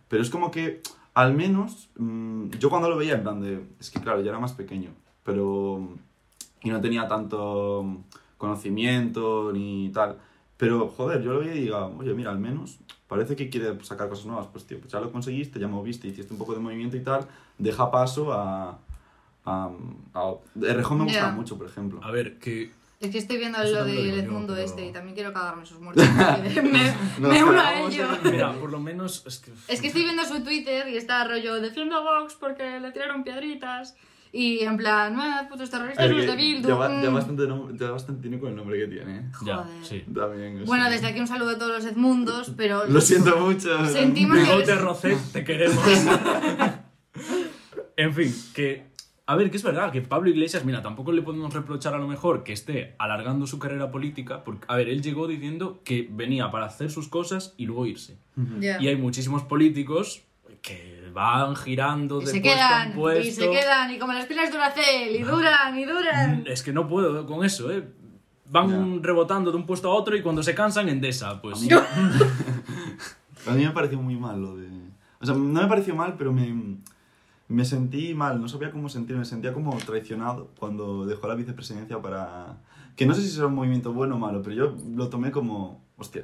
C: Pero es como que, al menos, mm, yo cuando lo veía, en plan de. Es que claro, yo era más pequeño, pero. Y no tenía tanto mm, conocimiento ni tal. Pero, joder, yo lo veía y diga, oye, mira, al menos parece que quiere sacar cosas nuevas. Pues, tío, pues ya lo conseguiste, ya moviste, hiciste un poco de movimiento y tal. Deja paso a. a, a Errejón me gusta
A: Ya.
C: mucho, por ejemplo.
B: A ver, que
A: Es que estoy viendo
B: Eso
A: lo
B: también lo
A: del
B: digo yo,
A: Edmundo
B: pero-
A: este y también quiero cagarme sus muertos. me me
C: Nos
A: uno a
C: cagamos
A: ello.
C: en el-
B: Mira, por lo menos. Es que,
A: Es que estoy viendo su Twitter y está rollo defiendo a Vox porque le tiraron piedritas. Y en plan, ah, putos terroristas, los de Bildu.
C: ya, ba- ya
A: mm".
C: bastante, nom- ya bastante tiene con el nombre que tiene. ¿eh?
B: Ya,
A: Joder.
B: sí.
C: También, o
A: Bueno,
C: sea.
A: desde aquí un saludo a todos los Edmundos, pero.
C: Lo siento mucho.
A: Sentimos que.
B: Bigote Rocet, te queremos. en fin, que. A ver, que es verdad que Pablo Iglesias, mira, tampoco le podemos reprochar a lo mejor que esté alargando su carrera política, porque, a ver, él llegó diciendo que venía para hacer sus cosas y luego irse.
A: Ya.
B: Y hay muchísimos políticos que van girando
A: Y
B: de
A: se
B: puesto
A: quedan,
B: en puesto.
A: y se quedan, y como las pilas Duracell, y duran, y duran.
C: Mm.
B: Es que no puedo con eso, ¿eh? Van rebotando de un puesto a otro y cuando se cansan, Endesa, pues...
C: mí- A mí me pareció muy mal lo de. O sea, no me pareció mal, pero me, me sentí mal, no sabía cómo sentirme, me sentía como traicionado cuando dejó la vicepresidencia para. Que no sé si será un movimiento bueno o malo, pero yo lo tomé como. Hostia.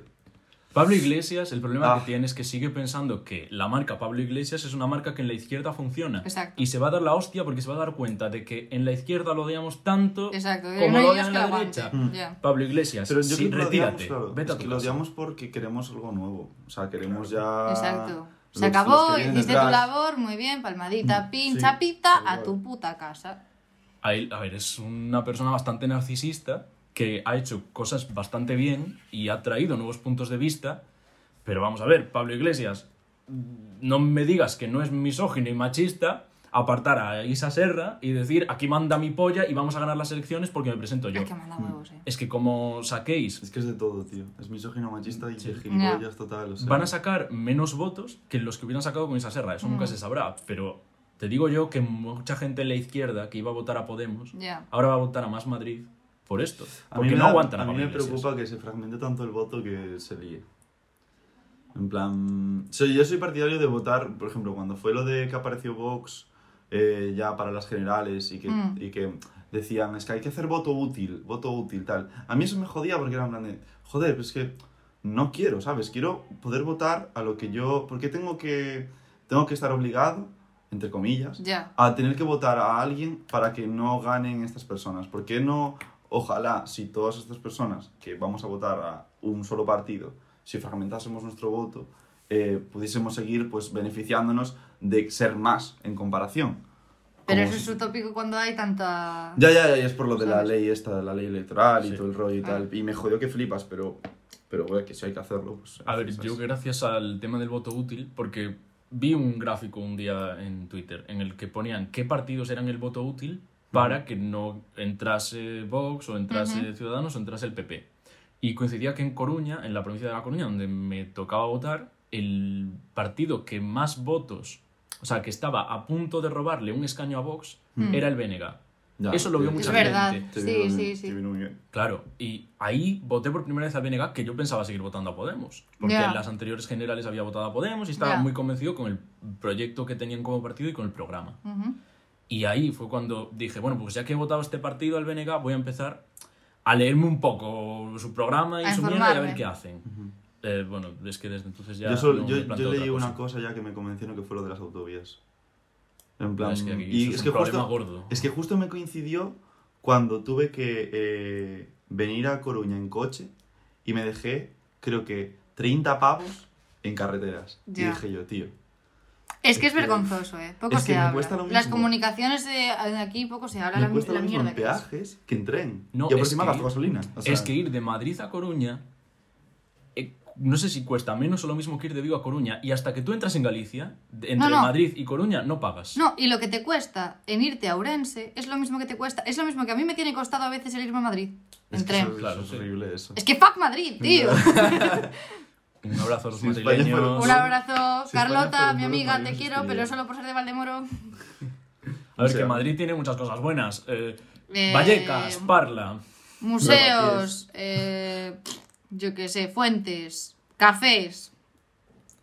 B: Pablo Iglesias, el problema que
C: Ah.
B: tiene es que sigue pensando que la marca Pablo Iglesias es una marca que en la izquierda funciona.
A: Exacto.
B: Y se va a dar la hostia porque se va a dar cuenta de que en la izquierda lo odiamos tanto
A: Exacto, que
B: como
A: no hay
B: lo
A: Dios
B: odian en
A: que
B: la
A: lo aguante.
B: derecha.
A: Mm. Ya.
B: Pablo Iglesias,
C: Pero yo
B: sí,
C: creo que lo
B: retírate.
C: odiamos, claro.
B: Vete a
C: es
B: tu
C: que lo
B: casa.
C: odiamos porque queremos algo nuevo. O sea, queremos ya.
A: Exacto. Se
C: Ah, Los- los
A: acabó,
C: que vienen
A: hiciste tu
C: detrás.
A: labor, muy bien, palmadita, pincha,
C: Mm. sí,
A: pita,
C: igual.
A: a tu puta casa.
B: Ahí, a ver, es una persona bastante narcisista que ha hecho cosas bastante bien y ha traído nuevos puntos de vista. Pero vamos a ver, Pablo Iglesias, no me digas que no es misógino y machista apartar a Isa Serra y decir aquí manda mi polla y vamos a ganar las elecciones porque me presento yo.
A: Es que manda huevos, eh.
B: Es que como saquéis,
C: Es que es de todo, tío. Es misógino, machista y
B: Sí.
C: gilipollas total. O sea,
B: van a sacar menos votos que los que hubieran sacado con Isa Serra. Eso
A: Mm.
B: nunca se sabrá. Pero te digo yo que mucha gente en la izquierda que iba a votar a
C: Mm.
B: Podemos
A: Ya.
B: ahora va a votar a Más Madrid por esto.
C: A mí
B: Porque
C: me
B: no
C: da-
B: aguantan a,
C: A mí
B: Pablo
C: me
B: Iglesias.
C: preocupa que se fragmente tanto el voto que se líe. En plan. soy- yo soy partidario de votar, por ejemplo, cuando fue lo de que apareció Vox eh, ya para las generales y que,
A: Mm.
C: y que decían, es que hay que hacer voto útil, voto útil, tal. A mí eso me jodía porque era en plan de, joder, pues es que no quiero, ¿sabes? Quiero poder votar a lo que yo. Porque tengo que, tengo que estar obligado, entre comillas,
A: Ya.
C: a tener que votar a alguien para que no ganen estas personas. ¿Por qué no? Ojalá, si todas estas personas que vamos a votar a un solo partido, si fragmentásemos nuestro voto, eh, pudiésemos seguir pues beneficiándonos de ser más en comparación.
A: Pero
C: Como
A: eso
C: si-
A: es utópico cuando hay tanta.
C: Ya, ya, ya, y es por lo de la
A: ¿Sabes?
C: ley esta, la ley electoral
B: Sí.
C: y todo el rollo y
A: Ah.
C: tal. Y me jodió que flipas, pero, pero güey, que si hay que hacerlo, pues...
B: A ver,
C: haces
B: yo
C: así.
B: gracias al tema del voto útil, porque vi un gráfico un día en Twitter en el que ponían qué partidos eran el voto útil para que no entrase Vox o entrase
A: Ujú.
B: Ciudadanos o entrase el PP. Y coincidía que en Coruña, en la provincia de La Coruña, donde me tocaba votar, el partido que más votos, o sea, que estaba a punto de robarle un escaño a Vox,
A: Mm.
B: era el BNG.
C: Ya,
B: Eso lo veo
C: te-
A: Es
B: mucha
A: verdad.
B: gente.
C: te
A: Sí,
C: vino
A: sí,
C: bien, te
A: sí.
C: vino muy bien.
B: Claro, y ahí voté por primera vez al BNG que yo pensaba seguir votando a Podemos. Porque
A: Ya.
B: en las anteriores generales había votado a Podemos y estaba
A: Ya.
B: muy convencido con el proyecto que tenían como partido y con el programa.
A: Ujú.
B: Y ahí fue cuando dije, bueno, pues ya que he votado este partido al BNG, voy a empezar a leerme un poco su programa y
A: A
B: su mierda y a
A: informarme.
B: ver qué hacen. Eh, bueno, es que desde entonces ya.
C: yo, solo-
B: no
C: yo-
B: me
C: yo
B: planteo
C: leí
B: otra cosa.
C: una cosa ya que me convenció que fue lo de las autovías. En plan,
B: Es que aquí
C: y
B: eso es
C: es
B: un
C: que
B: problema
C: justo,
B: gordo.
C: es que justo me coincidió cuando tuve que eh, venir a Coruña en coche y me dejé, creo que, 30 pavos en carreteras.
A: Ya.
C: Y dije yo, tío,
A: Es que es
C: Es que-
A: vergonzoso, eh. Poco
C: es que
A: se
C: me
A: habla.
C: cuesta lo
A: Las
C: mismo.
A: comunicaciones de de aquí poco se habla
C: me
A: la,
C: cuesta
A: la
C: lo mismo en
A: mierda que es.
C: peajes que en tren.
B: No,
C: y
B: es
C: por encima
B: que
C: gasto
B: ir-
C: gasolina. o sea,
B: es que ir de Madrid a Coruña, eh, no sé si cuesta menos o lo mismo que ir de Vigo a Coruña. Y hasta que tú entras en Galicia, de- entre
A: no.
B: Madrid y Coruña, no pagas.
A: No, y lo que te cuesta en irte a Ourense es lo mismo que te cuesta. Es lo mismo que a mí me tiene costado a veces el irme a Madrid.
C: es
A: En
C: que
A: tren.
C: eso- eso
B: Claro,
C: es
B: sí.
C: horrible eso.
A: Es que fuck Madrid, tío.
B: Un abrazo a los
C: Sí, España
B: madrileños.
A: Un abrazo,
C: Sí,
A: Carlota,
C: España
A: mi
C: fue un
A: amiga,
C: duro
A: te
C: país,
A: quiero,
C: sí.
A: pero solo por ser de Valdemoro.
B: A ver,
C: Sí.
B: que Madrid tiene muchas cosas buenas. Eh,
A: Eh,
B: Vallecas, Parla.
A: Museos, eh, yo qué sé, fuentes, cafés.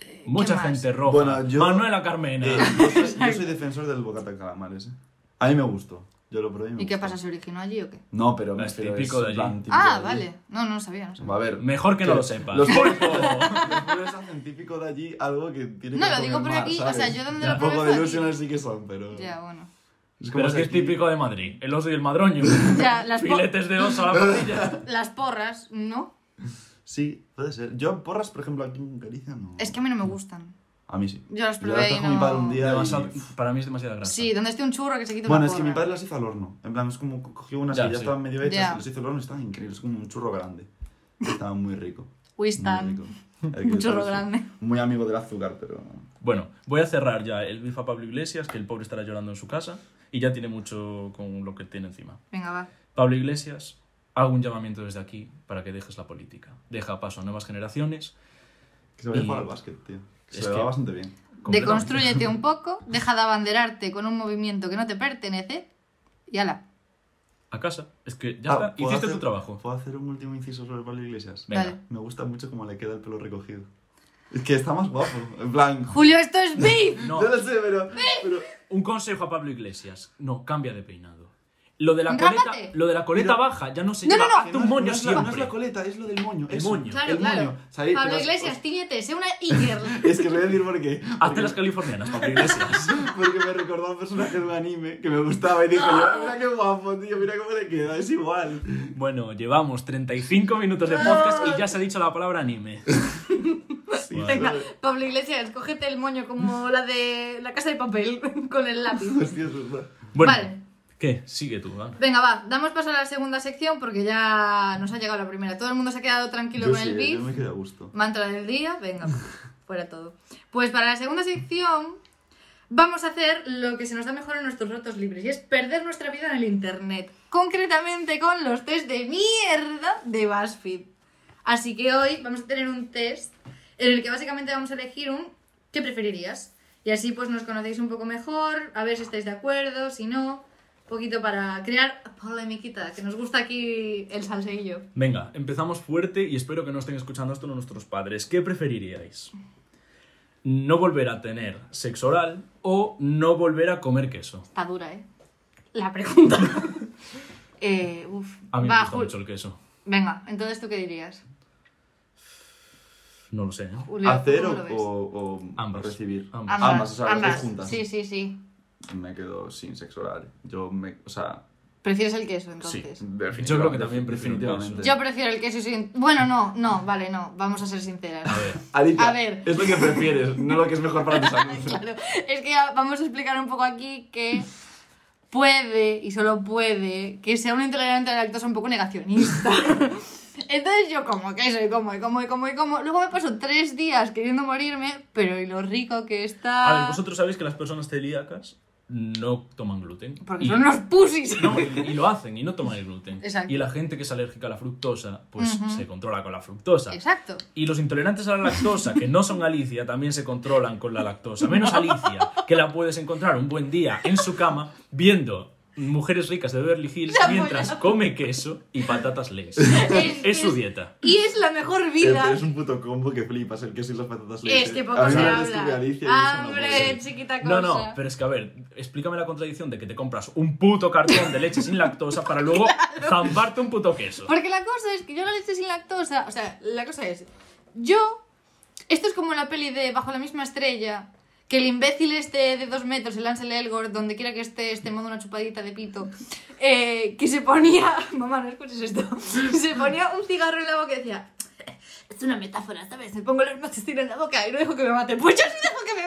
A: eh, ¿qué
B: Mucha
A: más?
B: gente roja.
C: Bueno, yo-
B: Manuela Carmena.
C: Eh, yo, soy, yo soy defensor del bocata de calamares. eh. A mí me gustó. Yo lo probé. me
A: ¿Y qué
C: gustó.
A: pasa? ¿Se originó allí o qué?
C: No, pero
B: No,
C: me
B: es
C: refiero,
B: típico de allí.
C: plan típico de
A: Ah,
C: allí.
A: vale. No, no lo sabía, no sabía.
C: A ver,
B: Mejor que no
C: que
B: lo sepas.
C: los-
B: Pulpo.
C: los pobres hacen típico de allí algo que tiene que
A: No,
C: ver
A: lo
C: con
A: digo
C: el
A: porque
C: mar,
A: aquí, o
C: ¿sabes?
A: sea, yo donde
B: Ya.
A: lo
C: Un
A: probé
C: poco
A: fue
C: de
A: aquí.
C: ilusiones sí que son, pero.
A: Ya, bueno.
C: Es como
B: Pero es que es
C: aquí-
B: típico de Madrid. El oso y el madroño.
A: Ya, las po-
B: Filetes de oso a la parrilla.
A: Las porras, ¿no?
C: Sí, puede ser. Yo porras, por ejemplo, aquí en Galicia no.
A: Es que a mí no me gustan.
C: A mí sí.
A: Yo las
C: Yo
A: probé
C: las
A: y
C: trajo mi padre un
A: no...
C: día
B: Demasiado-
C: y-
B: Para mí es demasiada grasa.
A: Sí, donde esté un churro que se quita
C: Bueno,
A: una
C: es que mi
A: porra.
C: padre las hizo al horno. En plan, es como co- cogió unas
B: Ya,
C: que ya
B: sí.
C: estaban medio hechas,
A: Ya.
C: las hizo al horno y estaban increíbles. Es como un churro grande. Estaba muy rico.
A: We
C: Muy
A: stand.
C: rico. El que
A: Un
C: yo
A: churro
C: soy
A: grande.
C: Muy amigo del azúcar, pero.
B: Bueno, voy a cerrar ya el bifa Pablo Iglesias, que el pobre estará llorando en su casa y ya tiene mucho con lo que tiene encima.
A: Venga, va.
B: Pablo Iglesias, hago un llamamiento desde aquí para que dejes la política. Deja paso a nuevas generaciones.
C: Que se vaya a
B: Y-
C: jugar al básquet, tío. Que
B: Es
C: se le
B: que-
C: va bastante bien.
B: Completamente.
A: Deconstrúyete un poco, deja de abanderarte con un movimiento que no te pertenece y ala.
B: A casa. Es que ya
C: Ah,
B: está.
C: ¿puedo
B: Hiciste tu
C: hacer-
B: trabajo.
C: ¿Puedo hacer un último inciso sobre Pablo Iglesias?
B: Venga.
A: Dale.
C: Me gusta mucho cómo le queda el pelo recogido. Es que está más guapo. En plan.
A: Julio, esto es beef.
B: No,
C: No lo sé, pero. pero-
B: un consejo a Pablo Iglesias. No, cambia de peinado. Lo de la
A: Rápate.
B: coleta, lo de la coleta
C: Pero-
B: baja ya no se
A: No,
B: lleva.
A: no, no.
B: Hazte un moño
C: no es la-
B: siempre.
C: no es la coleta, es lo del moño.
B: El
C: eso.
B: moño.
A: Claro,
C: el
A: claro.
C: moño. Salir-
A: Pablo
C: las-
A: Iglesias, tíñete, sé una Iker.
C: pues, Es que voy a decir por qué.
B: Hazte las californianas, Pablo Iglesias.
C: Porque me recordó a un personaje de un anime que me gustaba y dije, yo, mira qué guapo, tío, mira cómo le queda, es igual.
B: bueno, llevamos 35 minutos de podcast y ya se ha dicho la palabra anime.
C: Sí,
A: Venga,
C: joder.
A: Pablo Iglesias, cógete el moño como la de la casa de papel con el lápiz.
C: Hostia, es verdad.
B: Bueno,
A: Vale,
B: ¿qué? Sigue tú, Dan.
A: venga, va, damos paso a la segunda sección porque ya nos ha llegado la primera. Todo el mundo se ha quedado tranquilo
C: Yo
A: con
C: sí,
A: el
C: eh,
A: beat.
C: yo me quedé a gusto.
A: Mantra del día, venga, fuera todo. Pues para la segunda sección vamos a hacer lo que se nos da mejor en nuestros ratos libres y es perder nuestra vida en el internet. Concretamente con los test de mierda de BuzzFeed. Así que hoy vamos a tener un test en el que básicamente vamos a elegir un ¿qué preferirías? Y así pues nos conocéis un poco mejor, a ver si estáis de acuerdo, si no, un poquito para crear polemiquita, que nos gusta aquí el salseillo.
B: Venga, empezamos fuerte y espero que no estén escuchando esto nuestros padres. ¿Qué preferiríais? ¿No volver a tener sexo oral o no volver a comer queso?
A: Está dura, ¿eh? La pregunta. eh, uf.
B: A mí
A: Va,
B: me gusta
A: Jul-
B: mucho el queso.
A: Venga, entonces tú qué dirías.
B: No lo sé. ¿eh?
A: Julio,
C: ¿Hacer
A: ¿cómo
C: o,
A: lo ves?
C: o- o
B: Ambas.
C: recibir?
B: Ambas.
A: Ambas,
C: ambas, o sea, las dos
A: ambas.
C: juntas.
A: Sí, sí, sí.
C: Me quedo sin sexo oral. Yo me. O sea.
A: Prefieres el queso, entonces.
C: definitivamente-
B: Yo creo que también prefiero el
C: definitivamente.
B: queso.
A: Yo prefiero el queso sin... Bueno, no, no, vale, no. Vamos a ser sinceras.
B: A ver,
C: Adita,
A: A ver.
C: es lo que prefieres, no lo que es mejor para tu salud.
A: Claro, es que ya vamos a explicar un poco aquí que puede, y solo puede, que sea un intolerante a la lactosa un poco negacionista. Entonces yo como queso y como y como y como y como. Luego me paso tres días queriendo morirme, pero y lo rico que está.
B: a ver, vosotros sabéis que las personas celíacas no toman gluten.
A: Porque
B: Y-
A: son unos pusis.
B: No, y lo hacen y no toman el gluten.
A: Exacto.
B: Y la gente que es alérgica a la fructosa, pues
A: Ujú.
B: se controla con la fructosa.
A: Exacto.
B: Y los intolerantes a la lactosa, que no son Alicia, también se controlan con la lactosa. Menos Alicia, que la puedes encontrar un buen día en su cama viendo mujeres ricas de Beverly Hills
A: La
B: mientras
A: polla.
B: come queso y patatas Lay's.
A: Es-
B: es su dieta.
A: Y es la mejor vida.
C: Pero Es un puto combo que flipas el queso y las patatas Lay's.
A: Es que este
C: A
A: poco
C: mí
A: se
C: me hables tú de Alicia y eso
A: habla.
C: no puede
A: Hombre,
C: ser.
A: chiquita cosa.
B: No, no, pero es que a ver, explícame la contradicción de que te compras un puto cartón de leche sin lactosa para luego zamparte un puto queso.
A: Porque la cosa es que yo la leche sin lactosa, o sea, la cosa es, yo, esto es como la peli de Bajo la misma estrella, que el imbécil este de dos metros, el Ansel Elgort, donde quiera que esté, esté modo una chupadita de pito, eh, que se ponía, mamá, no escuches esto, se ponía un cigarro en la boca y decía... Es una metáfora, ¿sabes? Me pongo los machistines en la boca y no dejo que me mate. Pues yo sí dejo que me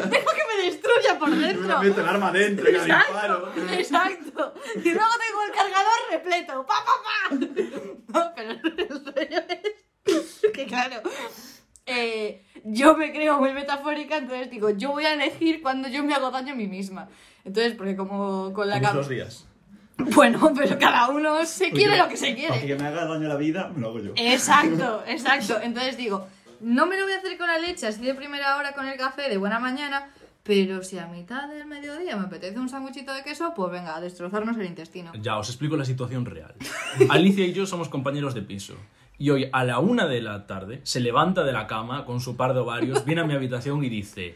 A: mate. Dejo que me destruya por
C: Yo
A: dentro.
C: me meto el arma dentro y la disparo.
A: Exacto, exacto. Y luego tengo el cargador repleto. ¡Pa, pa, pa! No, pero el rollo es que, claro, eh, yo me creo muy metafórica, entonces digo, yo voy a elegir cuando yo me hago daño a mí misma. Entonces, porque como con la
D: dos
A: cabeza.
D: días.
A: Bueno, pero cada uno se quiere
B: yo-
A: lo que se
D: Para que
A: quiere.
D: me haga daño la vida, me lo hago yo.
A: Exacto, exacto. Entonces digo, no me lo voy a hacer con la leche así de primera hora con el café de buena mañana. Pero si a mitad del mediodía me apetece un sanguchito de queso, pues venga, a destrozarnos el intestino.
B: Ya, os explico la situación real. Alicia y yo somos compañeros de piso. Y hoy a la una de la tarde se levanta de la cama con su par de ovarios, viene a mi habitación y dice: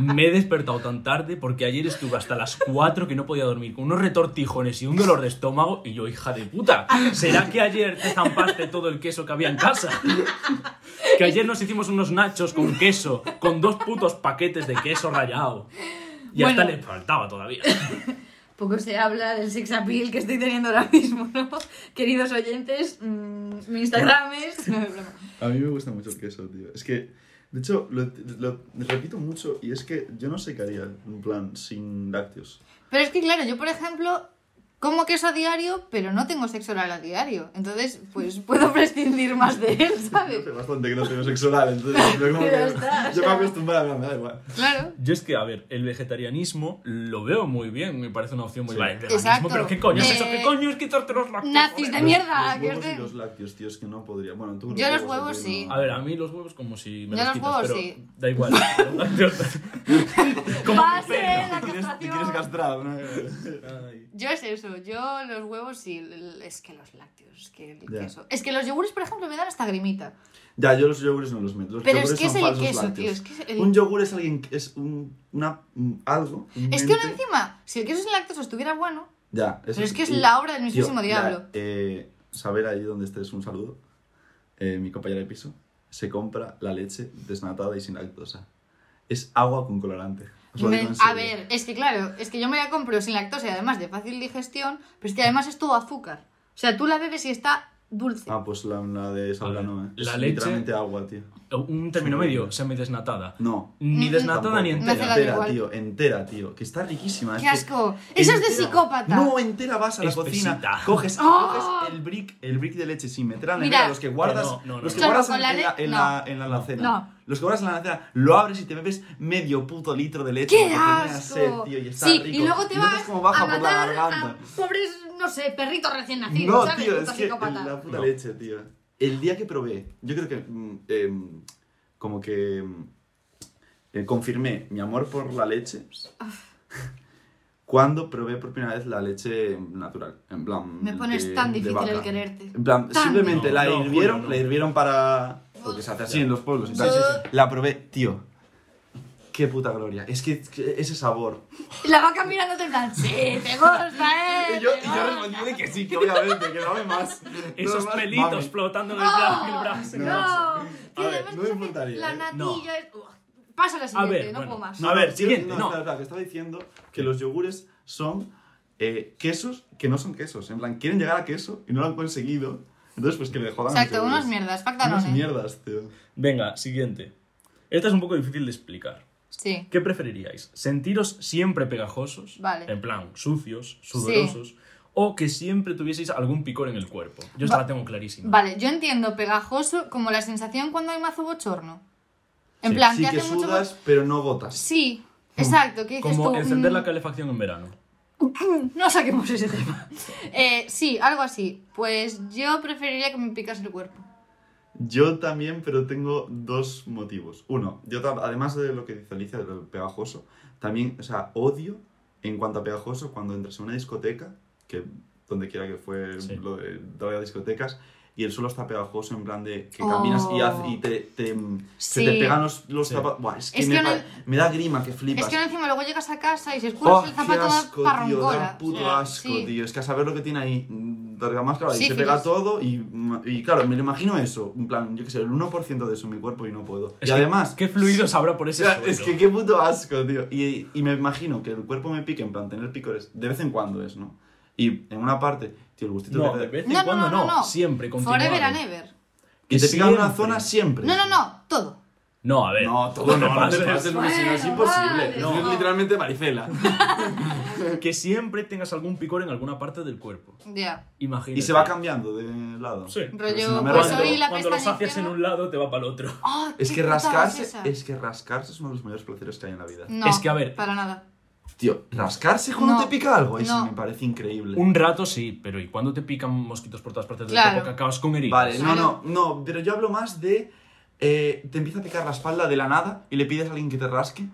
B: Me he despertado tan tarde porque ayer estuve hasta las 4 que no podía dormir, con unos retortijones y un dolor de estómago. Y yo, hija de puta, ¿será que ayer te zampaste todo el queso que había en casa? Que ayer nos hicimos unos nachos con queso, con dos putos paquetes de queso rallado. Y hasta
A: Bueno.
B: le faltaba todavía.
A: Poco se habla del sex appeal que estoy teniendo ahora mismo, ¿no? Queridos oyentes, mm, mi Instagram es... No, es broma.
C: A mí me gusta mucho el queso, tío. Es que, de hecho, lo, lo repito mucho y es que yo no sé qué haría, en plan, sin lácteos.
A: Pero es que, claro, yo, por ejemplo, como queso a diario, pero no tengo sexo oral a diario. Entonces, pues puedo prescindir más de él,
C: Yo
A: ¿sabes?
C: sé bastante que no tengo sexo oral, entonces yo como que...
A: Ya está, o
C: yo me
A: sea.
C: acostumbré a hablar, me da igual.
A: Claro.
B: Yo es que, a ver, el vegetarianismo lo veo muy bien, me parece una opción muy
C: Sí.
B: válida.
A: Exacto.
B: Pero ¿qué coño es eso?
A: Eh,
B: ¿Qué coño es quitarte los lácteos?
A: Nazis de
B: joder?
A: mierda,
C: los
A: que
C: huevos
A: es
C: y
A: de-
C: los lácteos, tío, es que no podría. Bueno, tú
A: Yo los
C: a
A: huevos
C: ti
A: sí.
B: Eh, A ver, a mí los huevos como si me
A: Yo
B: los
A: los
B: quitas,
A: huevos
B: pero
A: sí.
B: da igual. Los lácteos- como
A: Va a
B: mi
A: ser
B: perro.
A: la
C: Te quieres, te
A: castración.
C: quieres castrar, ¿no?
B: Ay.
A: Yo es eso, yo los huevos sí, l- es que los lácteos, es que el
C: Ya.
A: queso. Es que los yogures, por ejemplo, me dan hasta grimita.
C: Ya, yo los yogures no los meto. Los
A: Pero es
C: yogures
A: que es
C: son
A: el
C: falsos
A: queso,
C: lácteos.
A: tío, es que es el-
C: Un yogur es alguien que es un, una, un algo. un
A: Es que ahora
C: ente.
A: encima, si el queso sin lactosa estuviera bueno,
C: Ya, eso
A: Pero es que es
C: y-
A: la obra del
C: tío,
A: mismísimo
C: la-
A: diablo.
C: eh, saber ahí donde estés, un saludo. Eh, mi compañera de piso se compra la leche desnatada y sin lactosa. Es agua con colorante. Os Pues lo
A: Me-
C: digo en
A: a
C: serio.
A: ver, es que claro, es que yo me la compro sin lactosa y además de fácil digestión, pero es que además es todo azúcar. O sea, tú la bebes y está dulce.
C: Ah, pues la, la de Saura
B: Vale.
C: no, eh.
B: La
C: es
B: leche-
C: literalmente agua, tío.
B: Un término medio, semidesnatada.
C: No.
B: Ni
A: Mm,
B: desnatada ni
A: Me hace
B: entera.
A: la-
C: entera,
A: igual.
C: tío, entera, tío, que está riquísima.
A: ¡Qué
C: es que-
A: asco! Eso es de
C: entera.
A: psicópata.
C: No, entera vas a la
B: Espesita.
C: cocina, coges,
A: ¡Oh!
C: coges el brick, el brick de leche sin meter en la
A: Mira.
C: nevera, los que guardas,
B: No, no, no,
C: los que
B: no.
C: guardas
A: Solo
C: en,
A: con
C: en
A: la
C: la,
A: le-
C: en
A: no.
C: la- en la alacena.
A: No.
C: Los que guardas en la alacena, lo abres y te bebes medio puto litro de leche.
A: ¡Qué
C: porque tenía
A: asco!
C: sed, tío, y está
A: sí, y
C: rico.
A: luego te
C: notas
A: vas
C: cómo baja
A: a
C: por la
A: matar
C: garganta.
A: a pobres, no sé, perritos recién nacidos,
C: No,
A: ¿sabes?
C: tío,
A: Puta
C: es que
A: psicópata.
C: la puta
B: No.
C: leche, tío. El día que probé, yo creo que mm, em, como que mm, eh, confirmé mi amor por la leche cuando probé por primera vez la leche natural, en plan
A: Me pones
C: de-
A: tan
C: de
A: difícil
C: vaca.
A: el quererte.
C: En plan,
A: Tan
C: simplemente
B: No,
C: la
B: no,
C: hirvieron,
B: Julio, no.
C: la hirvieron para porque se hace así
B: Ya.
C: en los pueblos, y
A: Sí,
C: tal.
A: sí,
C: La probé, tío. Qué puta gloria. Es que que ese sabor.
A: Y La vaca mirándote en plan, sí, te gusta, eh.
C: Y yo,
A: te
C: y yo
A: gusta".
C: respondí de que sí, que obviamente, que dame más.
B: Esos
C: Dame más,
B: pelitos
C: mami.
B: flotando en el bra- el
A: ¡No!
B: brazo.
A: ¡No! Que
C: ver,
A: además pasa
C: no me
A: que
C: importaría,
A: La
C: ¿eh?
A: natilla es... Uf, Pasa a la siguiente,
B: ver,
A: no
B: bueno.
A: puedo más.
B: No, A ver, siguiente, no.
C: espera, espera, que estaba diciendo que los yogures son eh, quesos que no son quesos. En plan, quieren llegar a queso y no lo han conseguido. Entonces, pues que le jodan. a los
A: Exacto,
C: yogures.
A: unas mierdas, ¿eh?
C: Unas
A: factanones.
C: mierdas, tío.
B: Venga, siguiente. Esta es un poco difícil de explicar.
A: Sí.
B: ¿Qué preferiríais? ¿Sentiros siempre pegajosos?
A: Vale.
B: En plan, sucios, sudorosos. ¿O que siempre tuvieseis algún picor en el cuerpo? Yo esta
A: Va-
B: la tengo clarísima.
A: Vale, yo entiendo pegajoso como la sensación cuando hay mazo bochorno. En
B: Sí,
A: plan,
C: Sí
A: que
C: que
A: hace mucho...
C: sudas,
A: bo-
C: pero no gotas.
A: Sí, exacto, ¿qué dices
B: Como
A: tú?
B: encender la
A: Mm,
B: calefacción en verano.
A: No saquemos ese tema. Eh, sí, algo así. Pues yo preferiría que me picase el cuerpo.
C: Yo también, pero tengo dos motivos. Uno, yo ta- además de lo que dice Alicia, de lo pegajoso, también, o sea, odio en cuanto a pegajoso cuando entras en una discoteca, que donde quiera que fue
B: Sí.
C: lo de, de las discotecas, y el suelo está pegajoso en plan de que
A: Oh.
C: caminas y, haz- y te, te- se
A: Sí.
C: te pegan los, los
B: Sí.
C: zapatos. Buah, es que,
A: Es
C: me,
A: que
C: pa-
A: no-
C: me da grima, que flipas.
A: Es que encima luego llegas a casa y se escurres
C: Oh,
A: el
C: qué
A: zapato
C: asco, tío,
A: parrongola.
C: da puto
A: Sí.
C: asco,
A: Sí.
C: tío. Es que a saber lo que tiene ahí. mm, Verga más claro, y se
A: Sífilis.
C: pega todo y, mm, y claro, me lo imagino eso. En plan, yo qué sé, el 1% de eso en mi cuerpo y no puedo.
B: Es
C: y
B: que-
C: además,
B: ¿Qué fluidos habrá por
C: o
B: ese
C: sea,
B: suelo?
C: es que qué puto asco, tío. Y, y me imagino que el cuerpo me pique, en plan, tener picores, de vez en cuando es, ¿no? Y en una parte, tío, el gustito
B: No,
C: que
B: de
C: te...
B: vez en
A: No, no,
B: cuando
A: no,
B: no.
A: no, no.
B: Siempre, continuado.
A: Forever and ever.
C: Y te pica en una
B: Siempre.
C: zona siempre.
A: No, no, no, todo.
B: No, a ver.
C: No, todo no, no te pases, porque si no es
A: Bueno,
C: imposible.
A: vale,
C: No,
A: no.
C: Es literalmente varicela.
B: Que siempre tengas algún picor en alguna parte del cuerpo.
A: Ya.
B: Imagínate.
C: y se va cambiando de lado.
B: Sí.
A: Rollo,
C: Pero si no me
A: pues
C: rayo.
A: hoy la
B: Cuando lo
A: pestaña
B: sacias en
A: izquierda-
B: un lado, te va para el otro.
A: Ah,
C: Es
A: ¿qué
C: que
A: putada
C: rascarse,
A: esa?
C: es que rascarse es uno de los mayores placeres que hay en la vida.
A: No,
B: Es que, a ver-
A: Para nada.
C: Tío, rascarse cuando
A: No,
C: te pica algo, eso
A: no.
C: me parece increíble.
B: Un rato sí, pero ¿y cuando te pican mosquitos por todas partes del
A: Claro.
B: cuerpo que acabas con heridas?
C: Vale, no, no, no, pero yo hablo más de. eh, te empieza a picar la espalda de la nada y le pides a alguien que te rasque.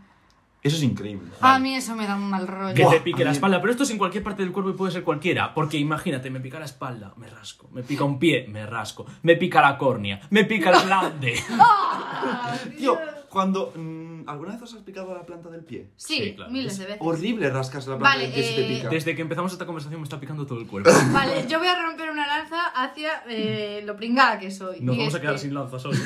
C: Eso es increíble.
A: A mí eso me da un mal
B: Que
A: rollo.
C: Buah,
B: te
C: a
B: pique
C: mí-
B: la espalda, pero esto es en cualquier parte del cuerpo y puede ser cualquiera. Porque imagínate, me pica la espalda, me rasco. Me pica un pie, me rasco. Me pica la córnea, me pica el glande.
C: Tío, cuando. mm, ¿Alguna vez os has picado la planta del pie?
A: Sí,
B: Sí, claro.
A: miles
B: Es
A: de veces.
C: Horrible rascarse la planta
A: Vale,
C: del pie si te
A: eh,
C: pica.
B: Desde que empezamos esta conversación me está picando todo el cuerpo.
A: Vale, yo voy a romper una lanza hacia eh, lo pringada que soy.
B: Nos
A: Y
B: vamos
A: es
B: a quedar
A: que
B: sin lanzas hoy.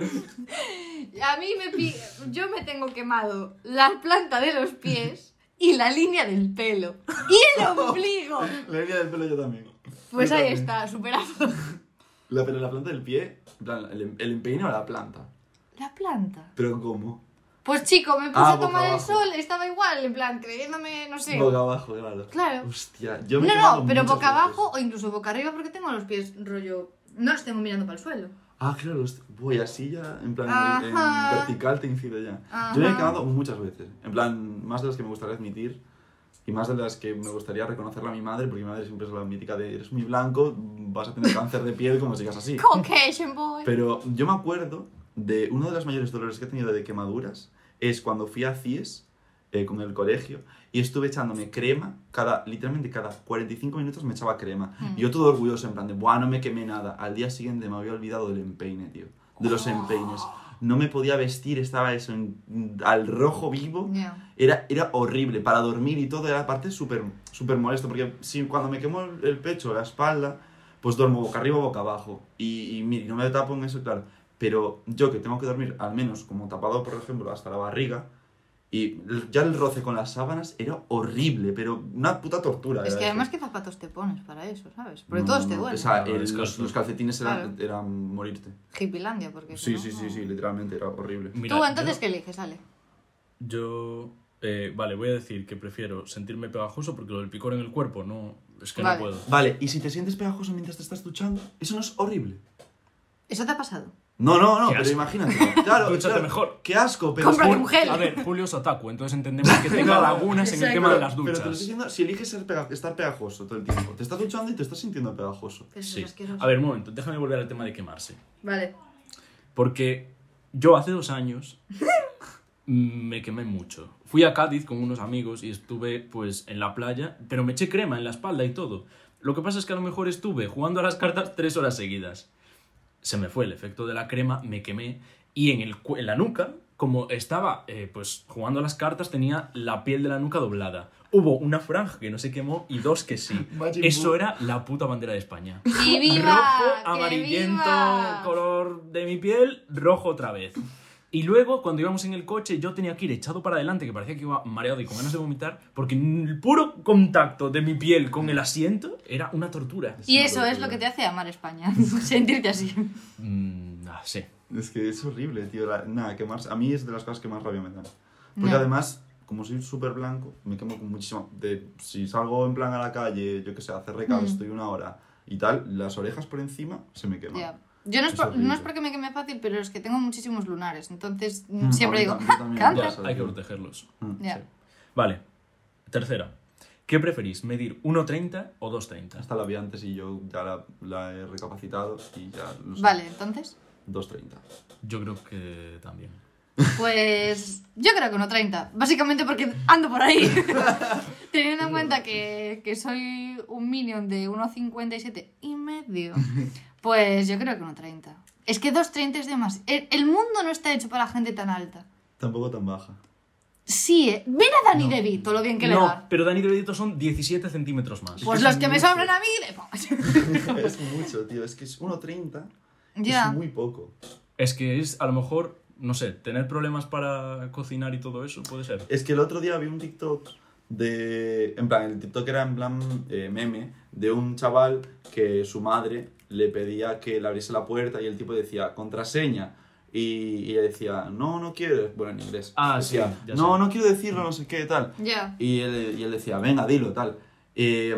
A: A mí me pi- yo me tengo quemado la planta de los pies y la línea del pelo. ¡Y el ombligo!
C: La herida del pelo yo también.
A: Pues
C: Yo
A: ahí
C: también.
A: está, superado.
C: La, pero la planta del pie, en plan, el, em, el empeine o la planta.
A: La planta.
C: Pero ¿cómo?
A: Pues chico, me puse
C: Ah,
A: a tomar
C: boca
A: el
C: abajo.
A: sol, estaba igual, en plan, creyéndome, no sé.
C: Boca abajo, claro.
A: Claro.
C: Hostia, yo me he
A: No,
C: quemado
A: no, pero
C: muchas
A: boca
C: veces.
A: abajo o incluso boca arriba porque tengo los pies rollo. No los tengo mirando para el suelo.
C: Ah, claro, host- voy así ya, en plan, en- en
A: Ajá.
C: vertical te incide ya.
A: Ajá.
C: Yo me he quemado muchas veces, en plan, más de las que me gustaría admitir y más de las que me gustaría reconocerle a mi madre, porque mi madre siempre es la mítica de eres muy blanco, vas a tener cáncer de piel como sigas así.
A: Caucasian boy.
C: Pero yo me acuerdo de uno de los mayores dolores que he tenido de quemaduras es cuando fui a CIES eh, con el colegio y estuve echándome crema, cada, literalmente cada 45 minutos me echaba crema.
A: Mm.
C: Y yo todo orgulloso, en plan de, ¡buah, no me quemé nada! Al día siguiente me había olvidado del empeine, tío. De los empeines. No me podía vestir, estaba eso, en- al rojo vivo.
A: Ya.
C: Era, era horrible, para dormir y todo era parte súper súper molesto, porque si, cuando me quemo el, el pecho, la espalda, pues duermo boca arriba, boca abajo. Y, y mire, no me tapo en eso, claro. Pero yo que tengo que dormir al menos como tapado, por ejemplo, hasta la barriga, Y l- ya el roce con las sábanas era horrible, pero una puta tortura.
A: Es
C: era
A: que
C: eso.
A: además, ¿qué zapatos te pones para eso, sabes? Porque
C: No,
A: todos
C: no,
A: te
C: no.
A: duelen.
C: O sea,
B: No,
C: el-
B: es que
C: los,
B: eso-
C: los calcetines eran,
A: Claro.
C: eran morirte.
A: Hipilandia, porque si
C: Sí,
A: no,
C: sí, sí,
A: no.
C: sí, literalmente era horrible.
B: Mira,
A: Tú, entonces,
B: yo-
A: ¿qué eliges, Ale?
B: Yo, eh, vale, voy a decir que prefiero sentirme pegajoso porque lo del picor en el cuerpo no. Es que
A: Vale.
B: no puedo.
C: Vale, y si te sientes pegajoso mientras te estás duchando, eso no es horrible.
A: ¿Eso te ha pasado?
C: No, no, no,
B: Qué
C: pero
B: asco.
C: imagínate. Claro,
B: Dúchate
C: claro,
B: mejor.
C: Qué asco, pero.
A: Compra-
B: Jul-
A: un gel.
B: A ver, Julio es otaku, entonces entendemos que tenga
C: No,
B: lagunas en el
A: exacto.
B: tema de
C: Pero-
B: las
C: Pero te lo
B: duchas.
C: estoy diciendo, si eliges ser pega- estar pegajoso todo el tiempo, te estás duchando y te estás sintiendo pegajoso.
A: Pero eso
B: Sí.
A: es asqueroso.
B: A ver, un momento, déjame volver al tema de quemarse.
A: Vale.
B: Porque yo hace dos años me quemé mucho. Fui a Cádiz con unos amigos y estuve pues en la playa, pero me eché crema en la espalda y todo. Lo que pasa es que a lo mejor estuve jugando a las cartas tres horas seguidas. Se me fue el efecto de la crema, me quemé y en, el, cu- en la nuca, como estaba eh, pues jugando a las cartas, tenía la piel de la nuca doblada. Hubo una franja que no se quemó y dos que sí.
C: Majin
B: Eso
C: Buu.
B: era la puta bandera de España.
A: ¡Y viva!
B: Rojo,
A: ¡Que
B: amarillento,
A: viva!
B: color de mi piel, rojo otra vez. Y luego, cuando íbamos en el coche, yo tenía que ir echado para adelante, que parecía que iba mareado y con ganas de vomitar, porque el puro contacto de mi piel con el asiento era una tortura.
A: Y eso es lo que te hace amar España, sentirte así.
B: Mm, ah, sí.
C: Es que es horrible, tío. la- nada, que más, a mí es de las cosas que más rabia me dan. Porque
A: Ya.
C: además, como soy súper blanco, me quemo con muchísima... De, si salgo en plan a la calle, yo que sé, a hacer recados,
A: Mm.
C: estoy una hora y tal, las orejas por encima se me queman.
A: Ya. Yo no es,
C: Es
A: por- no
C: horrible.
A: es porque me queme fácil, pero es que tengo muchísimos lunares, entonces
C: Mm,
A: siempre
C: a mí
A: digo,
C: también,
A: ¡Ja,
C: también,
A: cáncer!
B: Ya,
C: Gracias,
B: hay que
C: tío.
B: protegerlos.
C: Mm.
A: Ya.
B: Sí. Vale. Tercera. ¿Qué preferís, medir 1,30 o 2,30?
C: Esta la vi antes y yo ya la, la he recapacitado y ya... no sé,
A: Vale, entonces,
C: 2.30.
B: Yo creo que también.
A: pues yo creo que uno 30, básicamente porque ando por ahí. Teniendo en cuenta que, que soy un minion de 1,57 y medio, pues yo creo que uno 30. Es que 2,30 es demasiado. El, el mundo no está hecho para gente tan alta.
C: Tampoco tan baja.
A: Sí, eh. Mira a Dani DeVito, lo bien que le
B: No,
A: va.
B: pero Dani de Benito son 17 centímetros más.
A: Pues
C: que
A: los
C: son
A: que me
C: muchos.
A: sobran a mí le pongo.
C: es mucho, tío. Es que es 1.30.
A: Ya.
C: Es muy poco.
B: Es que es, a lo mejor, no sé, tener problemas para cocinar y todo eso, puede ser.
C: Es que el otro día vi un TikTok de. En plan, el TikTok era en plan eh, meme de un chaval que su madre le pedía que le abriese la puerta y el tipo decía contraseña. Y, y ella decía, no, no quiero. Bueno, en inglés.
B: Ah, sí,
C: decía,
B: ya
C: No,
B: sé.
C: no quiero decirlo, no sé qué, tal.
A: Ya.
C: Y él, y él decía, venga, dilo, tal. Eh,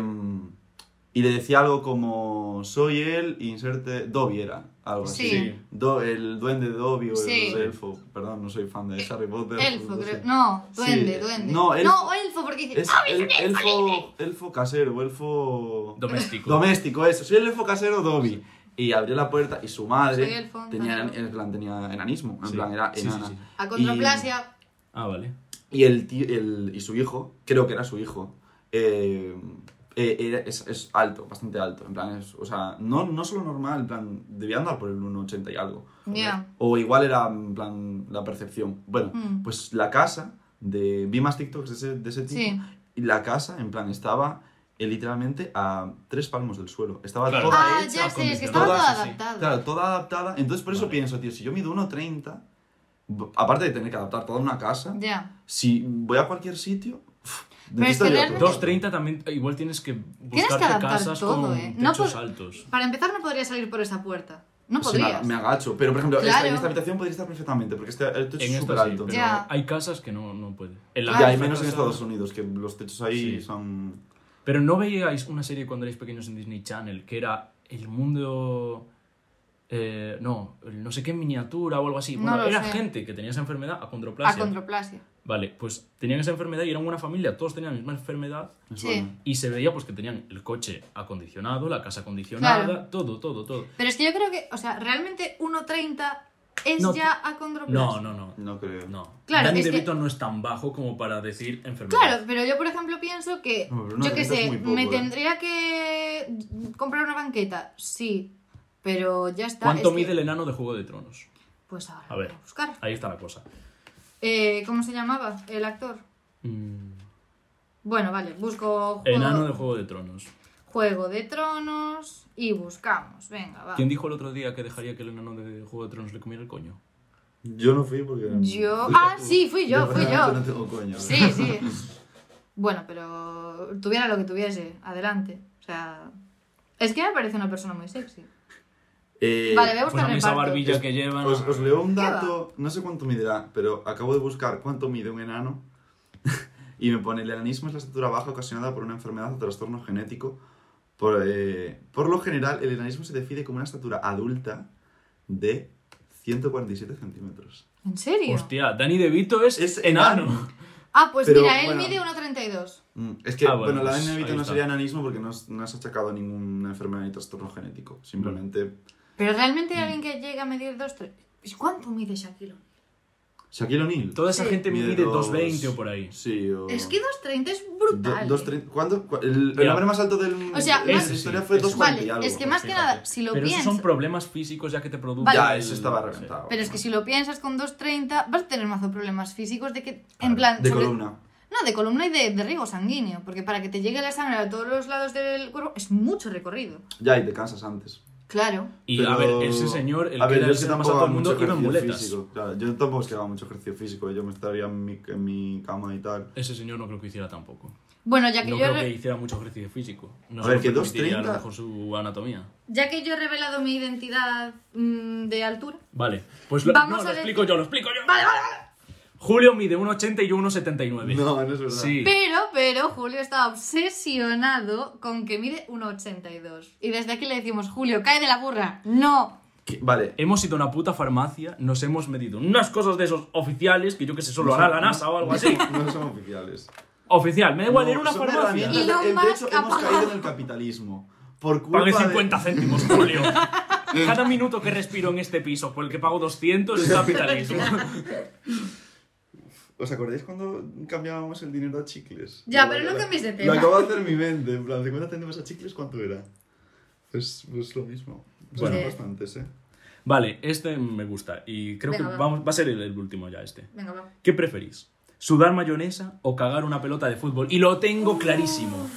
C: y le decía algo como, soy él, inserte, Doviera, algo
A: Sí.
C: así. Do- el duende de Dobby o
A: Sí.
C: el elfo. Perdón, no soy fan de Harry Potter.
A: Elfo,
C: no sé.
A: creo. No, duende,
C: Sí,
A: duende.
C: no, elfo.
A: No, elfo, porque dice.
C: Es
A: "Ah,
C: el, elfo, elfo casero, elfo
B: Doméstico.
C: doméstico, eso. Soy el elfo casero Dobby. Y abrió la puerta y su
A: Soy
C: madre
A: elfo,
C: tenía,
A: también.
C: en plan, tenía enanismo. En
B: Sí.
C: plan, era
B: Sí, sí,
C: enana.
B: sí.
A: A contraplasia.
B: Ah, vale.
C: Y, y el tío- el- y su hijo, creo que era su hijo, eh, eh, era- es, es alto, bastante alto. En plan, es- o sea, no, no solo normal, en plan, debía andar por el 1,80 y algo.
A: Ya.
C: O igual era en plan la percepción. Bueno,
A: Mm.
C: pues la casa de. Vi más TikToks de ese, de ese tipo.
A: Sí.
C: Y la casa, en plan, estaba eh, literalmente a tres palmos del suelo. Estaba
B: Claro.
C: toda
A: Ah,
C: hecha.
A: ya sé, es que
B: acondicionado.
A: estaba todo
C: Todas
B: así.
A: adaptado.
C: Claro, toda adaptada. Entonces, por eso
B: Vale.
C: pienso, tío, si yo mido 1,30, b- aparte de tener que adaptar toda una casa,
A: Ya.
C: si voy a cualquier sitio. uf,
A: Pero es que
C: necesito yo
A: realmente-
C: otro.
B: 2.30 también, eh, igual tienes que
A: que
B: buscarte
A: adaptar
B: casas
A: todo,
B: con
A: eh. No
B: techos
A: pod-
B: altos.
A: Para empezar, no podría salir por esa puerta. No
C: Sí, me,
A: podrías.
C: aga- me agacho. Pero, por ejemplo, esta-
A: Claro.
C: en esta habitación podría estar perfectamente, porque este, el techo
B: En
C: es
B: esta
C: súper
B: sí,
C: alto.
B: pero
A: Ya.
B: hay casas que no, no puede. En la
C: Ya,
B: misma
C: hay menos en
B: casa-
C: Estados Unidos, que los techos ahí
B: Sí.
C: son.
B: Pero no veíais una serie cuando erais pequeños en Disney Channel, que era El Mundo... eh, no, el no sé qué miniatura o algo así.
A: No
B: Bueno,
A: lo
B: era
A: sé.
B: gente que tenía esa enfermedad, acondroplasia.
A: A contraplasia.
B: Vale, pues tenían esa enfermedad y eran una familia, todos tenían la misma enfermedad
C: me
A: Sí.
C: suena.
B: Y se veía pues que tenían el coche acondicionado, la casa acondicionada,
A: Claro.
B: todo, todo, todo.
A: Pero es que yo creo que, o sea, realmente 1.30 es
B: No,
A: ya a contraplasia.
B: No, no, no.
C: No creo.
B: no.
A: Claro,
B: Danny
A: es que-
B: DeVito no es tan bajo como para decir enfermedad.
A: Claro, pero yo por ejemplo pienso que,
C: No, pero una
A: yo qué
C: banqueta es
A: sé,
C: muy poco,
A: me
C: ¿eh?
A: tendría que comprar una banqueta, sí, pero ya está.
B: ¿Cuánto
A: es que-
B: mide el enano de Juego de Tronos?
A: Pues ahora
B: A ver.
A: voy a buscar.
B: Ahí está la cosa.
A: Eh, ¿Cómo se llamaba el actor?
B: Mm,
A: Bueno, vale, busco juego,
B: Enano de Juego de Tronos.
A: Juego de Tronos y buscamos, venga, va.
B: ¿Quién dijo el otro día que dejaría que el enano de Juego de Tronos le comiera el coño?
C: Yo no fui porque.
A: Yo- ah, sí, fui yo, fui yo.
C: No tengo coño.
A: Sí, sí. Bueno, pero tuviera lo que tuviese, adelante. O sea, es que me parece una persona muy sexy.
C: Eh,
A: Vale, voy a
B: Pues
A: buscar
B: a mí
A: el
B: esa
A: parto.
B: barbilla que llevan.
C: Os, os leo un
A: ¿Qué
C: dato, no sé cuánto medirá, pero acabo de buscar cuánto mide un enano y me pone, el enanismo es la estatura baja ocasionada por una enfermedad o trastorno genético. Por, eh, por lo general, el enanismo se define como una estatura adulta de 147 centímetros.
A: ¿En serio?
B: Hostia, Dani DeVito es,
C: Es
B: enano.
C: enano.
A: Ah, pues
C: Pero,
A: mira, él
C: bueno.
A: mide 1,32.
C: Mm, Es que,
B: Ah, bueno,
C: bueno, la
B: pues,
C: de
B: ahí
C: enanito no
B: está.
C: sería enanismo porque no, es- no es achacado a ninguna enfermedad ni trastorno genético. Simplemente,
A: Pero realmente hay alguien que llega a medir 2,3. ¿Cuánto mide Shaquille? O'Neal?
C: Shaquille O'Neal.
B: Toda esa
A: Sí.
B: gente mide
C: Mide
B: 2,20
C: dos-
B: o por ahí.
C: Sí, o...
A: Es que 2,30 es
C: Do-
A: brutal.
C: dos
A: eh.
C: tre- ¿Cuándo? Cu- El, el
B: Mira.
C: hombre más alto del,
A: O sea,
C: de
A: más-
C: la historia fue
B: Eso.
C: 2,40 y
A: Pues Vale,
C: algo.
A: es que más que
B: fíjate.
A: nada, si lo
B: Pero esos
A: piensas.
B: son problemas físicos ya que te producen.
A: Vale.
C: Ya,
B: el-
C: eso estaba
B: sí.
C: reventado.
A: Pero es que si lo piensas con 2,30 vas a tener más problemas físicos de que,
B: Claro,
A: en plan...
C: De
A: sobre-
C: columna.
A: No, de columna y de, de riego sanguíneo, porque para que te llegue la sangre a todos los lados del cuerpo es mucho recorrido.
C: Ya, y te cansas antes.
A: Claro.
B: Y
C: Pero-
B: a ver, ese señor, el
C: A
B: que
C: ver,
B: era
C: yo
B: el
C: es que
B: ser más
C: tampoco
B: alto del
C: hago
B: mundo,
C: mucho
B: iba en
C: ejercicio
B: muletas.
C: físico. Claro, yo tampoco es que haga mucho ejercicio físico. Yo me estaría en mi, en mi cama y tal.
B: Ese señor no creo que hiciera tampoco.
A: Bueno, ya que,
B: No
A: yo
B: creo
A: re-
B: que hiciera mucho ejercicio físico. No
C: A
B: se
C: ver,
B: lo
C: que
B: permitiría, A
C: 2,30.
B: lo mejor su anatomía.
A: ya que yo he revelado mi identidad mm, de altura.
B: Vale, pues lo,
A: Vamos
B: no,
A: a
B: lo
A: ver-
B: explico yo, lo explico yo.
A: Vale, vale, vale.
B: Julio mide 1,80 y yo 1,79.
C: No, no es verdad.
B: Sí.
A: Pero, pero Julio está obsesionado con que mide 1,82. Y desde aquí le decimos, Julio, cae de la burra. No.
C: Que- Vale.
B: Hemos ido a una puta farmacia, nos hemos medido unas cosas de esos oficiales que yo que sé, solo
C: No
B: hará
C: son-
B: la NASA
C: no-
B: o algo así.
C: No son oficiales.
B: Oficial, me da igual,
C: No,
B: era una
C: son
B: farmacia.
C: herramientas.
A: Elon
C: De de hecho,
A: Musk ha
C: hemos caído
A: pagado.
C: en el capitalismo. Por culpa
B: Pagué
C: de-
B: 50 céntimos, Julio. Cada minuto que respiro en este piso, por el que pago 200, es capitalismo.
C: ¿Os acordáis cuando cambiábamos el dinero a chicles?
A: Ya,
C: Lo-
A: pero no
C: lo-
A: cambiéis de
C: Lo
A: tema.
C: acabo de hacer en mi mente. En plan, 50 céntimos a chicles, ¿cuánto era? Pues, pues lo mismo.
A: Bueno.
C: Bueno, bastantes, ¿eh?
B: Vale, este me gusta y creo
A: Venga,
B: que
A: va.
B: vamos, va a ser el, el último ya este.
A: Venga, va.
B: ¿Qué preferís? ¿Sudar mayonesa o cagar una pelota de fútbol? Y lo
A: Uh.
B: tengo clarísimo.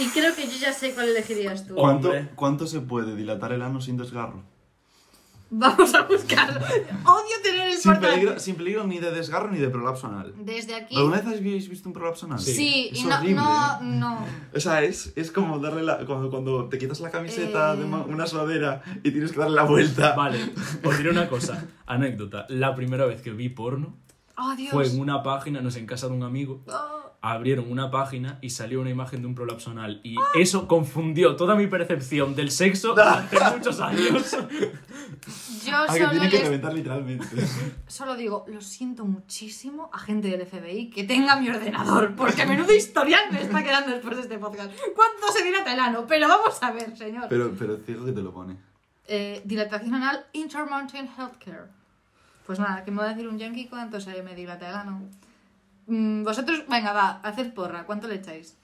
A: Y creo que yo ya sé cuál elegirías tú.
B: Oh.
C: ¿Cuánto,
B: Hombre.
C: ¿Cuánto se puede dilatar el ano sin desgarro?
A: Vamos a buscarlo. Odio tener el
C: Sin
A: portal.
C: peligro, sin peligro ni de desgarro ni de prolapso anal.
A: Desde aquí.
C: ¿Alguna vez habéis visto un prolapso anal?
B: Sí.
A: Sí,
C: Es
A: y no,
C: horrible,
A: no,
C: ¿eh?
A: no.
C: O sea, es, es como darle la, cuando, cuando te quitas la camiseta
A: Eh.
C: de ma- una sudadera y tienes que darle la vuelta.
B: Vale, os diré una cosa, anécdota. La primera vez que vi porno
A: Oh, Dios.
B: fue en una página, no sé, en casa de un amigo.
A: Oh.
B: Abrieron una página y salió una imagen de un prolapso anal. Y
A: Ah.
B: eso confundió toda mi percepción del sexo durante muchos años.
A: Yo
C: Ah, que
A: solo,
C: tiene que
A: les-
C: reventar literalmente.
A: solo digo, lo siento muchísimo a gente del FBI que tenga mi ordenador, porque menudo historial me está quedando después de este podcast. ¿Cuánto se dilata el ano? Pero vamos a ver, señor.
C: pero, pero ciego que te lo pone.
A: Eh, dilatación anal, Intermountain Healthcare. Pues nada, que me va a decir un yankee cuánto se me dilata el ano. Mm, vosotros, venga, va, haced porra, ¿cuánto le echáis?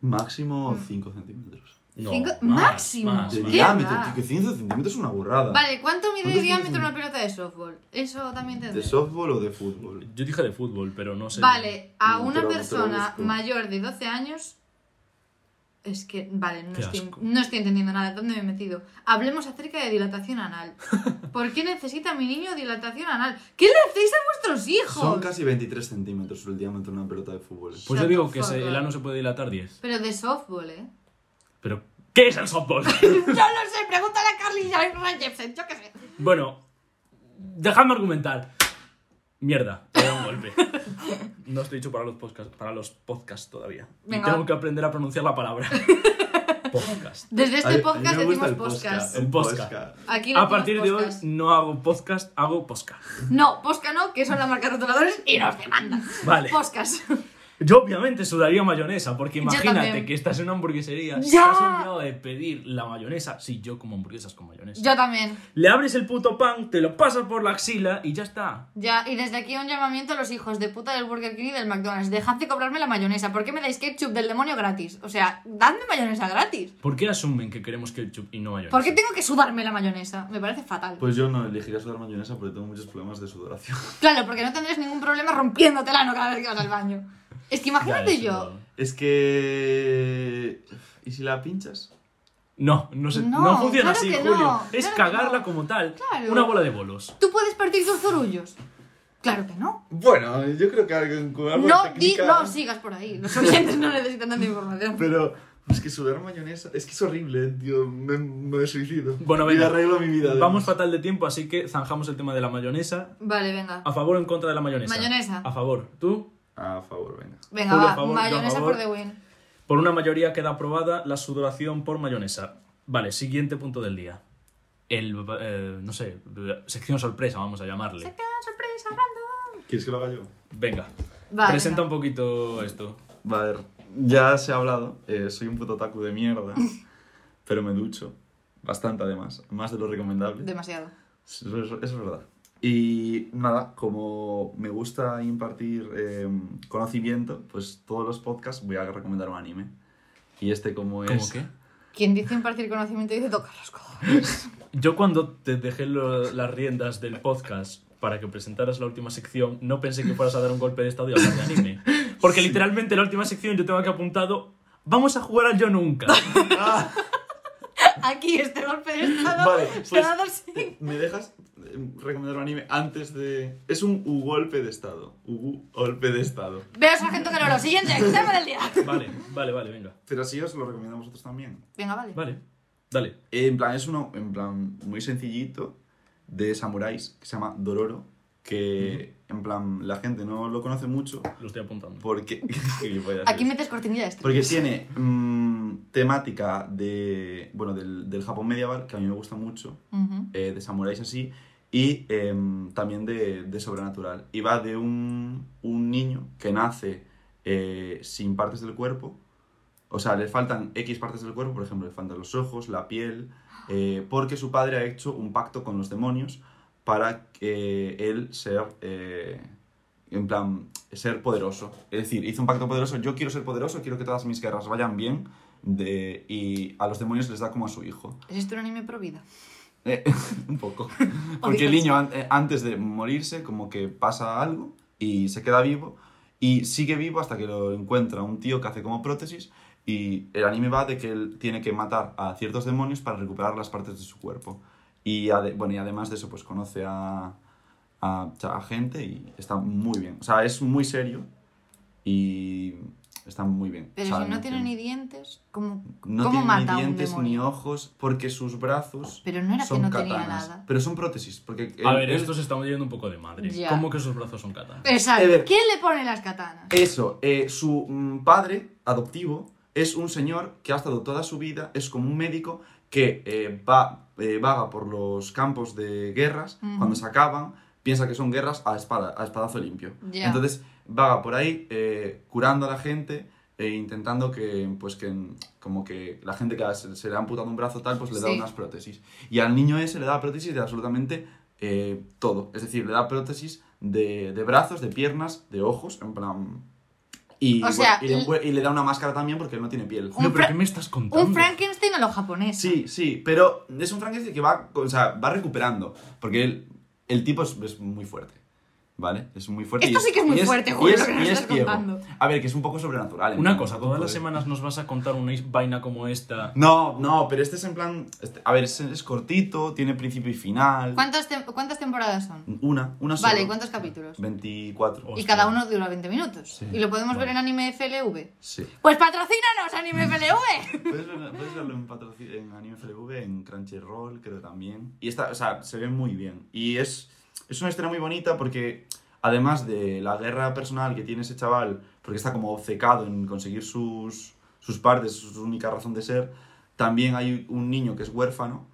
C: Máximo 5 centímetros.
B: No,
A: Cinco-
B: más,
A: Mm. máximo.
B: más,
C: De
A: ¿Qué
B: más.
C: diámetro,
A: va?
C: tío, que 5 centímetros es una burrada.
A: Vale, ¿cuánto mide de
C: ¿Cuántos
A: diámetro
C: tienes?
A: una pelota de softball? Eso también
C: ¿De
A: tendré.
C: softball o de fútbol?
B: Yo dije de fútbol, pero no sé.
A: Vale, a
C: No,
A: una
C: pero no te lo
A: persona
C: busco.
A: mayor de 12 años. Es que, vale, no
B: Qué
A: estoy,
B: asco.
A: no estoy entendiendo nada. ¿Dónde me he metido? Hablemos acerca de dilatación anal. ¿Por qué necesita mi niño dilatación anal? ¿Qué le hacéis a vuestros
C: Son
A: hijos?
C: casi 23 centímetros el diámetro de una pelota de fútbol.
B: Pues
A: Shut
B: yo
A: the
B: digo que
A: fuck
B: se-
A: up.
B: el ano se puede dilatar 10.
A: Pero de softball, ¿eh?
B: Pero, ¿qué es el softball?
A: Yo no sé, pregúntale a Carly y a Ryan Jepsen, yo qué sé.
B: bueno, dejadme argumentar. Mierda, te da un golpe. No estoy hecho para los podcasts, para los podcasts todavía. Y
A: Venga,
B: tengo
A: va.
B: que aprender a pronunciar la palabra. Podcast.
A: Desde
C: A
A: este
C: mí- a mí
A: podcast
C: me
A: decimos
C: gusta el Eh, podcast,
A: podcast.
B: El podcast.
A: Aquí
B: A
A: decimos
B: partir de hoy
A: podcast.
B: no hago podcast, hago podcast.
A: No, posca no, que son la marca de rotuladores y nos demandan.
B: Vale.
A: Poscas.
B: Yo obviamente sudaría mayonesa, porque
A: Yo
B: imagínate
A: también.
B: que estás en una hamburguesería,
A: Ya.
B: estás obligado de pedir la mayonesa. Sí, yo como hamburguesas con mayonesa.
A: Yo también.
B: Le abres el puto pan, te lo pasas por la axila y ya está.
A: Ya, y desde aquí un llamamiento a los hijos de puta del Burger King y del McDonald's. Dejad de cobrarme la mayonesa. ¿Por qué me dais ketchup del demonio gratis? O sea, dadme mayonesa gratis.
B: ¿Por qué asumen que queremos ketchup y no mayonesa?
A: ¿Por qué tengo que sudarme la mayonesa? Me parece fatal.
C: Pues yo no elegiría sudar mayonesa porque tengo muchos problemas de sudoración.
A: Claro, porque no tendrás ningún problema rompiéndote el ano cada vez que vas al baño. Es que
B: Ya,
A: imagínate
B: eso
A: yo.
B: no.
C: Es que... ¿Y si la pinchas?
B: No, no, se, no,
A: No,
B: funciona
A: claro
B: así,
A: que
B: Julio.
A: no,
B: es
A: claro que
B: cagarla
A: no.
B: como tal.
A: Claro.
B: Una bola de bolos.
A: ¿Tú puedes partir dos zorullos? Claro que no.
C: Bueno, yo creo que algo con algo de
A: No, di-
C: técnica-
B: ¿eh?
A: no sigas por ahí. Los oyentes no necesitan tanta información.
C: Pero es que sudar mayonesa es que es horrible, tío. Me, me suicido.
B: Bueno,
C: y
B: venga.
C: arreglo mi vida.
B: Vamos
C: además.
B: fatal de tiempo, así que zanjamos el tema de la mayonesa.
A: Vale, venga.
B: ¿A favor o en contra de la mayonesa?
A: Mayonesa.
B: A favor. ¿Tú?
C: A favor, venga.
A: Venga,
B: Julio,
A: va.
B: a favor, yo a
A: Mayonesa
B: favor.
A: por The Win.
B: Por una mayoría queda aprobada la sudoración por mayonesa. Vale, siguiente punto del día. El, eh, no sé, sección sorpresa, vamos a llamarle.
A: Sección sorpresa random.
C: ¿Quieres que lo haga yo?
B: Venga,
A: Vale,
B: presenta
A: venga.
B: un poquito esto.
C: Va a ver, ya se ha hablado. eh, soy un puto taco de mierda. pero me ducho. Bastante, además. Más de lo recomendable.
A: Demasiado.
C: Eso es, eso es verdad. Y nada, como me gusta impartir eh, conocimiento, pues todos los podcasts voy a recomendar un anime. Y este como es...
B: ¿Cómo qué?
A: Quien dice impartir conocimiento dice tocar los cojones.
B: Yo cuando te dejé lo- las riendas del podcast para que presentaras la última sección, no pensé que fueras a dar un golpe de estado y hablar de anime. Porque literalmente la última sección yo tengo aquí apuntado, vamos a jugar al yo nunca.
C: Ah,
A: Aquí este golpe de estado
C: vale,
A: se
C: pues,
A: va a dar sin-
C: ¿Me dejas eh, recomendar un anime antes de...? Es un u golpe de estado. U golpe de estado.
A: Ve a sargento caloro. Siguiente, tema del día.
B: Vale, vale, vale, venga.
C: Pero así os lo recomiendo a vosotros también.
A: Venga, vale.
B: Vale, dale.
C: Eh, En plan, es uno en plan, muy sencillito de samuráis que se llama Dororo. Que en plan, la gente no lo conoce mucho
B: Lo estoy apuntando.
C: porque. gilipollas
A: Aquí
C: eres.
A: metes cortinilla de estrella.
C: Porque tiene mm, temática de. Bueno, del, del Japón medieval, que a mí me gusta mucho,
A: Ujú.
C: eh, de samuráis así, y em, también de, de sobrenatural. Y va de un, un niño que nace eh, sin partes del cuerpo. O sea, le faltan X partes del cuerpo, por ejemplo, le faltan los ojos, la piel, eh, porque su padre ha hecho un pacto con los demonios para que él ser, eh, en plan, ser poderoso. Es decir, hizo un pacto poderoso, yo quiero ser poderoso, quiero que todas mis guerras vayan bien, de, y a los demonios les da como a su hijo.
A: ¿Es esto un anime pro vida?
C: Eh, un poco. Porque el niño an- eh, antes de morirse como que pasa algo y se queda vivo y sigue vivo hasta que lo encuentra un tío que hace como prótesis y el anime va de que él tiene que matar a ciertos demonios para recuperar las partes de su cuerpo. Y, ade- bueno, y además de eso pues conoce a, a, a gente y está muy bien. O sea, es muy serio y está muy bien.
A: Pero
C: O sea,
A: si no tiene
C: tiene-
A: ni dientes, ¿cómo,
C: no
A: cómo
C: tiene
A: mata
C: ni
A: a
C: dientes
A: un
C: ni
A: demonio?
C: ojos porque sus brazos
A: Pero no era que
C: son
A: no tenía
C: katanas.
A: nada.
C: Pero son prótesis porque
B: A
C: el-
B: ver,
C: el-
B: esto se está yendo un poco de madre.
A: Ya. Eh,
B: ¿Cómo que sus brazos son katanas?
A: Exacto.
C: A ver.
A: ¿Quién le pone las katanas?
C: Eso, eh, su mm, padre adoptivo es un señor que ha estado toda su vida, es como un médico que eh, va, eh, vaga por los campos de guerras,
A: Ujú.
C: cuando se acaban, piensa que son guerras a, espada, a espadazo limpio.
A: Ya.
C: Entonces vaga por ahí eh, curando a la gente e intentando que, pues que, mm, como que la gente que se, se le ha amputado un brazo tal, pues le da
A: Sí.
C: unas prótesis. Y al niño ese le da prótesis de absolutamente eh, todo. Es decir, le da prótesis de, de brazos, de piernas, de ojos, en plan... Y,
A: O sea,
C: bueno, y,
A: l-
C: le, encue- y le da una máscara también porque él no tiene piel.
A: Un
B: No, pero
A: fra-
B: ¿qué me estás contando?
A: Un Frankenstein a lo japonés.
C: Sí, sí, pero es un Frankenstein que va, o sea, va recuperando. Porque el, el tipo es, es muy fuerte. ¿Vale? Es muy fuerte. y
A: Esto sí que es muy fuerte, Julio,
C: y es,
A: lo que nos
C: y es
A: estás
C: ciego.
A: contando.
C: A ver, que es un poco sobrenatural. en
B: Una
C: plan,
B: cosa,
C: tampoco
B: todas las
C: es-
B: semanas nos vas a contar una is- vaina como esta.
C: No, no, pero este es en plan. este- a ver, es, es cortito, tiene principio y final.
A: ¿Cuántas, tem- ¿Cuántas temporadas son?
C: Una, una sola.
A: Vale, ¿y cuántos capítulos?
C: 24.
A: Y
B: Hostia.
A: cada uno dura 20 minutos.
C: Sí.
A: Y lo podemos ver
B: Vale.
A: en Anime FLV.
C: Sí.
A: Pues patrocínanos, Anime FLV.
C: Puedes, ver- puedes verlo en, patrocin- en Anime FLV, en Crunchyroll, creo también. Y esta, o sea, se ve muy bien. Y es, es una historia muy bonita porque, además de la guerra personal que tiene ese chaval, porque está como obcecado en conseguir sus, sus partes, su única razón de ser, también hay un niño que es huérfano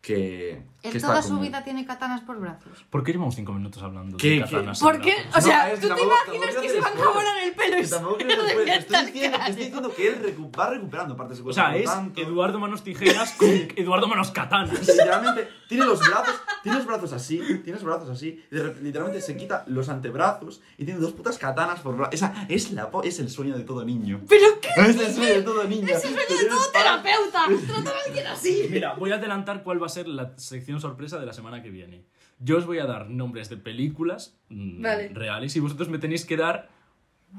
C: que. que
A: Él
C: está
A: toda su
C: como-
A: vida tiene katanas por brazos.
B: ¿Por qué llevamos cinco minutos hablando
C: ¿Qué,
B: de katanas?
C: qué?
B: en
A: ¿Por qué?
B: brazos?
A: O sea,
C: No,
A: ¿tú
C: es que
A: te
C: tampoco-
A: imaginas
C: tampoco
A: que
C: te
A: se van a
C: descuides.
A: cobrar el pelo y
C: Que
A: se
C: tampoco creo
A: lo
C: que puede-
A: despierta
C: Estoy
A: el
C: diciendo,
A: cráneo?
C: estoy diciendo que él recu- va recuperando partes de su
B: O
C: cuerpo.
B: sea,
C: Pues, por
B: es
C: tanto-
B: Eduardo Manos Tijeras con Eduardo Manos Katanas.
C: literalmente tiene los brazos, tiene los brazos así, tiene los brazos así, y de rep- literalmente se quita los antebrazos y tiene dos putas katanas por brazo. Esa es la po- es el sueño de todo niño.
A: ¿Pero qué?
C: Es el sueño de todo niño.
A: Es el sueño de
C: Tener
A: todo
C: espalda-
A: terapeuta. Tratar a alguien así.
B: Mira, voy a adelantar cuál va a ser la sección sorpresa de la semana que viene. Yo os voy a dar nombres de películas mm,
A: Vale.
B: reales y vosotros me tenéis que dar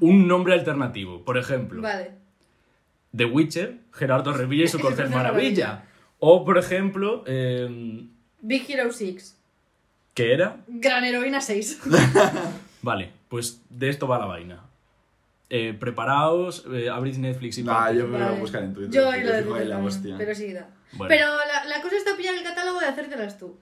B: un nombre alternativo. Por ejemplo,
A: Vale.
B: The Witcher, Gerardo Revilla y su corte
A: Maravilla.
B: maravilla. O, por ejemplo, eh,
A: Big Hero 6.
B: ¿qué era?
A: Gran heroína 6.
B: Vale, pues de esto va la vaina. Eh, preparaos, eh, abrid Netflix y...
C: Nah, Ah, yo me voy a
A: Vale.
C: buscar en Twitter.
A: Yo
C: que
A: y lo de
C: fijo ahí
A: Twitter
C: la
A: también,
C: hostia.
A: Pero sí da.
B: Bueno.
A: Pero la, la cosa está pillar el catálogo de hacértelas tú.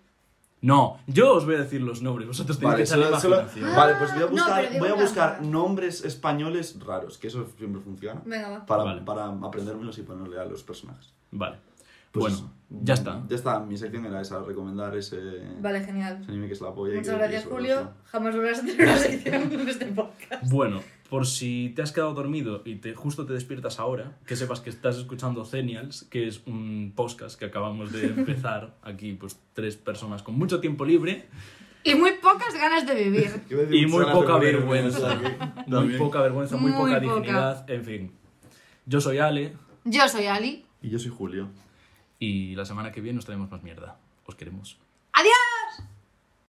B: No, yo os voy a decir los nombres, vosotros tenéis
C: Vale,
B: que echar la
C: solo- solo-
B: imaginación.
C: vale, pues voy a
A: Ah, no,
C: buscar,
A: pero digo
C: voy a
A: una
C: buscar
A: cosa.
C: nombres españoles raros, que eso siempre funciona.
A: Venga, va.
C: Para,
B: Vale.
C: para aprendérmelos y ponerle a los personajes.
B: Vale.
C: Pues,
B: bueno, ya está.
C: Ya está, mi sección era esa, recomendar ese,
A: Vale, genial.
C: ese anime que es la polla. y que-
A: Muchas
C: que
A: gracias,
C: es
A: Julio.
C: horroroso.
A: Jamás volverás a tener una sección en este podcast.
B: Bueno, por si te has quedado dormido y te, justo te despiertas ahora, que sepas que estás escuchando Zenials, que es un podcast que acabamos de empezar aquí, pues tres personas con mucho tiempo libre,
A: Y muy pocas ganas de vivir.
C: Iba a decir
B: Y
C: muchas
B: muy
C: gracias,
B: poca
C: pero
B: vergüenza.
C: o sea que
B: muy
C: también.
B: poca vergüenza, muy,
A: Muy
B: poca
A: poca.
B: dignidad, en fin. Yo soy Ale
A: Yo soy Ali.
C: Y yo soy Julio.
B: y la semana que viene nos traemos más mierda. Os queremos.